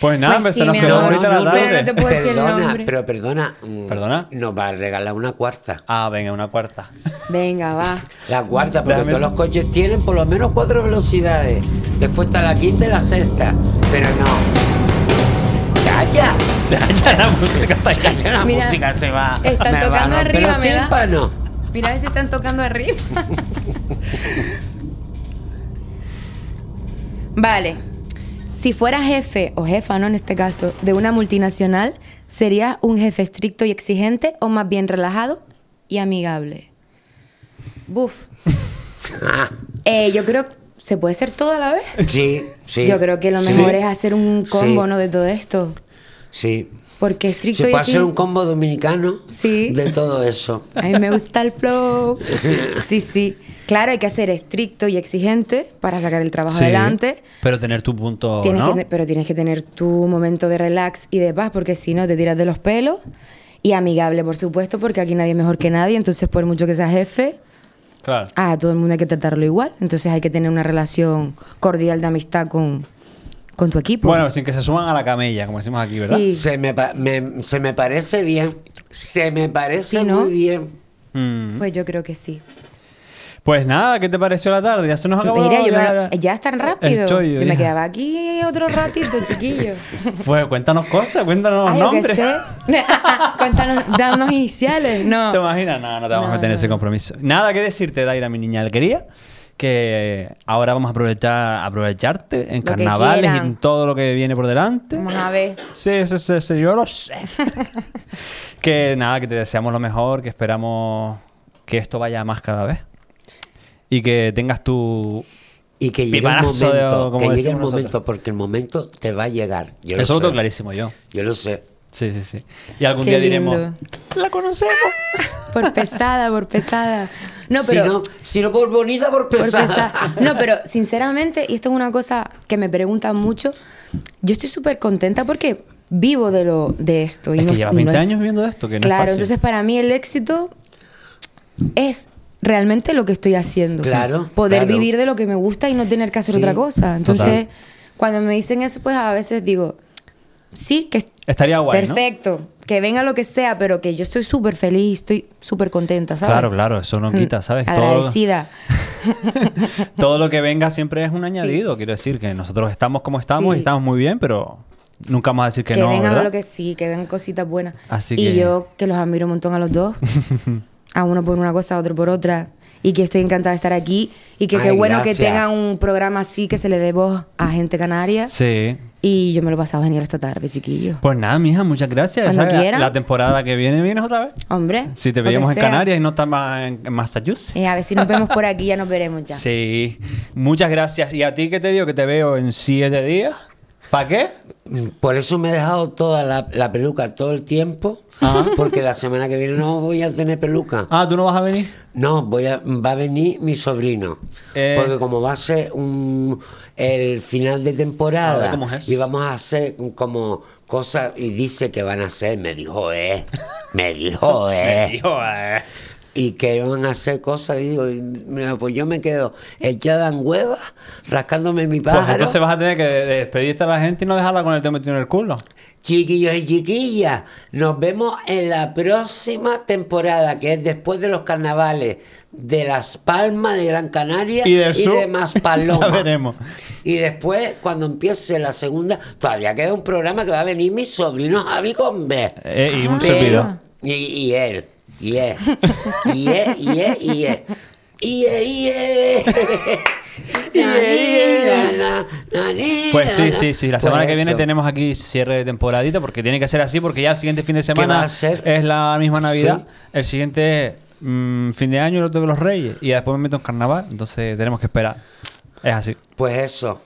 [SPEAKER 2] Pues nada,
[SPEAKER 4] Pues
[SPEAKER 2] hombre,
[SPEAKER 4] sí,
[SPEAKER 2] se nos
[SPEAKER 4] mi
[SPEAKER 2] quedó
[SPEAKER 4] amor.
[SPEAKER 2] bonita
[SPEAKER 4] No,
[SPEAKER 2] la
[SPEAKER 4] no,
[SPEAKER 2] tarde.
[SPEAKER 4] pero no te puedo decir el
[SPEAKER 3] Perdona,
[SPEAKER 4] nombre.
[SPEAKER 3] pero perdona. mm,
[SPEAKER 2] ¿Perdona?
[SPEAKER 3] Nos va a regalar una cuarta.
[SPEAKER 2] Ah, venga, una cuarta.
[SPEAKER 4] Venga, va.
[SPEAKER 3] La cuarta, porque
[SPEAKER 2] Dame-
[SPEAKER 3] todos los coches tienen por lo menos cuatro velocidades. Después está la quinta y la sexta. Pero no. ¡Calla!
[SPEAKER 2] ya la música está ahí.
[SPEAKER 3] Ya La
[SPEAKER 4] Mira,
[SPEAKER 3] música se va.
[SPEAKER 4] están
[SPEAKER 3] me va
[SPEAKER 4] tocando
[SPEAKER 3] a romper
[SPEAKER 4] arriba,
[SPEAKER 3] los
[SPEAKER 4] me da.
[SPEAKER 3] tímpanos.
[SPEAKER 4] Mira a ver si están tocando arriba. vale. Si fuera jefe o jefa, ¿no? En este caso, de una multinacional, ¿serías un jefe estricto y exigente o más bien relajado y amigable? Buf. Eh, yo creo que se puede ser todo a la vez.
[SPEAKER 3] Ah, Sí, sí.
[SPEAKER 4] Yo creo que lo
[SPEAKER 3] sí,
[SPEAKER 4] mejor es hacer un combo,
[SPEAKER 3] Sí.
[SPEAKER 4] ¿no? De todo esto.
[SPEAKER 3] Sí.
[SPEAKER 4] Porque estricto
[SPEAKER 3] Se
[SPEAKER 4] y
[SPEAKER 3] puede
[SPEAKER 4] así-
[SPEAKER 3] hacer un combo dominicano
[SPEAKER 4] Sí.
[SPEAKER 3] de todo eso.
[SPEAKER 4] A mí me gusta el flow. Sí, sí. Claro, hay que ser estricto y exigente para sacar el trabajo adelante.
[SPEAKER 2] Pero tener tu
[SPEAKER 3] Oh,
[SPEAKER 2] punto,
[SPEAKER 4] Tienes
[SPEAKER 2] ¿no?
[SPEAKER 4] que- pero tienes que tener tu momento de relax y de paz, porque si no, te tiras de los pelos. Y amigable, por supuesto, porque aquí nadie es mejor que nadie. Entonces, por mucho que seas jefe,
[SPEAKER 2] Claro.
[SPEAKER 4] a todo el mundo hay que tratarlo igual. Entonces, hay que tener una relación cordial de amistad con, con tu equipo.
[SPEAKER 2] Bueno, sin que se suban a la camella, como decimos aquí, ¿verdad?
[SPEAKER 4] pues. Sí.
[SPEAKER 3] Se me, pa- me- se me parece bien. Se me parece
[SPEAKER 4] Sí, ¿no?
[SPEAKER 3] muy bien.
[SPEAKER 2] Mm.
[SPEAKER 4] pues yo creo que sí.
[SPEAKER 2] Pues nada, ¿qué te pareció la tarde? Ya se nos acabó.
[SPEAKER 4] Pues Mira, yo me-
[SPEAKER 2] la-
[SPEAKER 4] ya es tan
[SPEAKER 2] el
[SPEAKER 4] rápido.
[SPEAKER 2] chollo,
[SPEAKER 4] yo me
[SPEAKER 2] hija.
[SPEAKER 4] quedaba aquí otro ratito, chiquillo.
[SPEAKER 2] Pues cuéntanos cosas, cuéntanos
[SPEAKER 4] Ay, yo qué
[SPEAKER 2] nombres.
[SPEAKER 4] sé. Cuéntanos, danos iniciales. No.
[SPEAKER 2] ¿Te imaginas? No, no te vamos
[SPEAKER 4] No,
[SPEAKER 2] a meter en
[SPEAKER 4] no,
[SPEAKER 2] ese
[SPEAKER 4] no.
[SPEAKER 2] compromiso. Nada que decirte, Daira, mi niña alquería. Que ahora vamos a aprovechar, aprovecharte en
[SPEAKER 4] que
[SPEAKER 2] carnavales y en
[SPEAKER 4] quieran.
[SPEAKER 2] todo lo que viene por delante.
[SPEAKER 4] Vamos a ver.
[SPEAKER 2] Sí, sí, sí, sí, yo lo sé. que nada, que te deseamos lo mejor, que esperamos que esto vaya a más cada vez. Y que tengas tu...
[SPEAKER 3] Y que llegue el
[SPEAKER 2] Piparazo de-
[SPEAKER 3] momento,
[SPEAKER 2] como
[SPEAKER 3] que llegue el
[SPEAKER 2] decimos nosotros.
[SPEAKER 3] momento, porque el momento te va a llegar. Yo lo
[SPEAKER 2] Eso lo
[SPEAKER 3] sé.
[SPEAKER 2] tengo clarísimo yo.
[SPEAKER 3] Yo lo sé.
[SPEAKER 2] Sí, sí, sí. Y algún
[SPEAKER 4] Qué
[SPEAKER 2] día
[SPEAKER 4] lindo.
[SPEAKER 2] diremos... La conocemos.
[SPEAKER 4] Por pesada, por pesada. No, pero.
[SPEAKER 3] si, no, si no por bonita, por
[SPEAKER 4] por
[SPEAKER 3] pesada.
[SPEAKER 4] pesada. No, pero sinceramente, y esto es una cosa que me preguntan mucho, yo estoy súper contenta porque vivo de lo de esto. y
[SPEAKER 2] Es
[SPEAKER 4] no-
[SPEAKER 2] que llevas
[SPEAKER 4] y no
[SPEAKER 2] 20
[SPEAKER 4] es-
[SPEAKER 2] años viviendo de esto, que no es
[SPEAKER 4] Claro,
[SPEAKER 2] fácil.
[SPEAKER 4] entonces para mí el éxito es realmente lo que estoy haciendo.
[SPEAKER 3] Claro,
[SPEAKER 4] Poder
[SPEAKER 3] claro.
[SPEAKER 4] vivir de lo que me gusta y no tener que hacer
[SPEAKER 3] Sí,
[SPEAKER 4] otra cosa. Entonces,
[SPEAKER 2] total.
[SPEAKER 4] cuando me dicen eso, pues a veces digo, sí, que
[SPEAKER 2] Estaría guay, ¿no?
[SPEAKER 4] perfecto, que venga lo que sea, pero que yo estoy súper feliz, estoy súper contenta, ¿sabes?
[SPEAKER 2] Claro, claro, eso no
[SPEAKER 4] Mm,
[SPEAKER 2] quita, ¿sabes? Todo-
[SPEAKER 4] Agradecida.
[SPEAKER 2] Todo lo que venga siempre es un añadido. Quiero decir que nosotros estamos como estamos y
[SPEAKER 4] Sí.
[SPEAKER 2] estamos muy bien, pero nunca vamos a decir que,
[SPEAKER 4] Que,
[SPEAKER 2] no,
[SPEAKER 4] vengan
[SPEAKER 2] ¿verdad?
[SPEAKER 4] lo que sí, que vengan cositas buenas.
[SPEAKER 2] Así
[SPEAKER 4] y
[SPEAKER 2] que-
[SPEAKER 4] yo que los admiro un montón a los dos, a uno por una cosa, a otro por otra, y que estoy encantada de estar aquí y que qué
[SPEAKER 3] Ay,
[SPEAKER 4] bueno que
[SPEAKER 3] gracias.
[SPEAKER 4] tengan un programa así que se le dé voz a gente canaria.
[SPEAKER 2] Sí.
[SPEAKER 4] Y yo me lo he pasado genial esta tarde, chiquillos.
[SPEAKER 2] Pues nada, mija, muchas gracias.
[SPEAKER 4] Cuando
[SPEAKER 2] ¿sabes?
[SPEAKER 4] quieran.
[SPEAKER 2] La temporada que viene vienes otra vez.
[SPEAKER 4] Hombre.
[SPEAKER 2] Si te
[SPEAKER 4] lo que
[SPEAKER 2] veíamos en
[SPEAKER 4] sea.
[SPEAKER 2] Canarias y no estás más en en Massachusetts.
[SPEAKER 4] Eh, a ver si nos vemos por aquí, ya nos veremos ya.
[SPEAKER 2] Sí. Muchas gracias. ¿Y a ti qué te digo? Que te veo en siete días. ¿Para qué?
[SPEAKER 3] Mm, Por eso me he dejado toda la, la peluca todo el tiempo, porque la semana que viene no voy a tener peluca.
[SPEAKER 2] Ah, ¿tú no vas a venir?
[SPEAKER 3] No, voy a- va a venir mi sobrino.
[SPEAKER 2] Eh.
[SPEAKER 3] Porque como va a ser un, el final de
[SPEAKER 2] A
[SPEAKER 3] temporada
[SPEAKER 2] ver, ¿cómo es?
[SPEAKER 3] y vamos a hacer como cosas y dice que van a hacer, me dijo, eh, me dijo, eh,
[SPEAKER 2] Digo, eh.
[SPEAKER 3] y que van a hacer cosas, y digo, y mira, pues yo me quedo echada en huevas, rascándome mi
[SPEAKER 2] Pues
[SPEAKER 3] pájaro.
[SPEAKER 2] entonces vas a tener que despedirte a la gente y no dejarla con el tema metido en el culo.
[SPEAKER 3] Chiquillos y chiquillas, nos vemos en la próxima temporada, que es después de los carnavales de Las Palmas de Gran Canaria
[SPEAKER 2] Y del sur,
[SPEAKER 3] de Maspaloma.
[SPEAKER 2] ya veremos.
[SPEAKER 3] Y después, cuando empiece la segunda, todavía queda un programa que va a venir mi sobrino Javi Combe.
[SPEAKER 2] Eh, y un
[SPEAKER 4] Ah.
[SPEAKER 2] servidor.
[SPEAKER 3] Y, y él, y él, y él, y él, y él. Y él, y él.
[SPEAKER 4] Y él, y él.
[SPEAKER 3] Na, na, na, na,
[SPEAKER 2] Pues sí,
[SPEAKER 3] na.
[SPEAKER 2] sí, sí. La
[SPEAKER 3] Pues
[SPEAKER 2] semana que viene
[SPEAKER 3] eso.
[SPEAKER 2] tenemos aquí cierre de temporadita porque tiene que ser así porque ya el siguiente fin de
[SPEAKER 3] va
[SPEAKER 2] semana
[SPEAKER 3] a ser?
[SPEAKER 2] es la misma Navidad.
[SPEAKER 3] Sí.
[SPEAKER 2] El siguiente mm, fin de año el otro de los Reyes y después me meto en carnaval. Entonces tenemos que esperar. Es así.
[SPEAKER 3] Pues eso.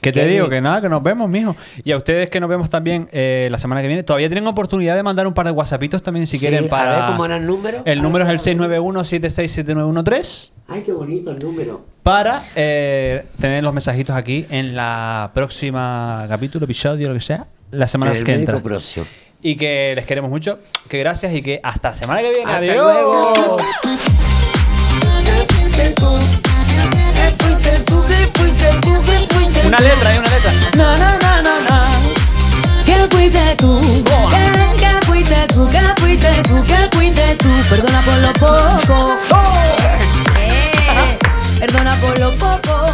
[SPEAKER 2] Que te
[SPEAKER 3] Kenny.
[SPEAKER 2] digo que nada, que nos vemos, mijo. Y a ustedes que nos vemos también eh, la semana que viene. Todavía tienen oportunidad de mandar un par de whatsappitos también si
[SPEAKER 3] Sí,
[SPEAKER 2] quieren
[SPEAKER 3] a
[SPEAKER 2] para...
[SPEAKER 3] ver, ¿cómo era el número?
[SPEAKER 2] El número es el 691-767913
[SPEAKER 3] Ay, qué bonito el número.
[SPEAKER 2] para eh, tener los mensajitos aquí en la próxima capítulo, episodio, lo que sea, las semanas
[SPEAKER 3] El
[SPEAKER 2] que
[SPEAKER 3] médico
[SPEAKER 2] entra.
[SPEAKER 3] Procio.
[SPEAKER 2] Y que les queremos mucho, que gracias y que hasta semana que viene.
[SPEAKER 3] Hasta
[SPEAKER 2] Adiós.
[SPEAKER 3] luego.
[SPEAKER 2] Una letra, hay una letra.
[SPEAKER 5] No, no, no, no, no. Que fuiste tú. Que, que fuiste tú, que fuiste tú, que fuiste tú. Perdona por lo poco. Eh, Perdona por lo poco.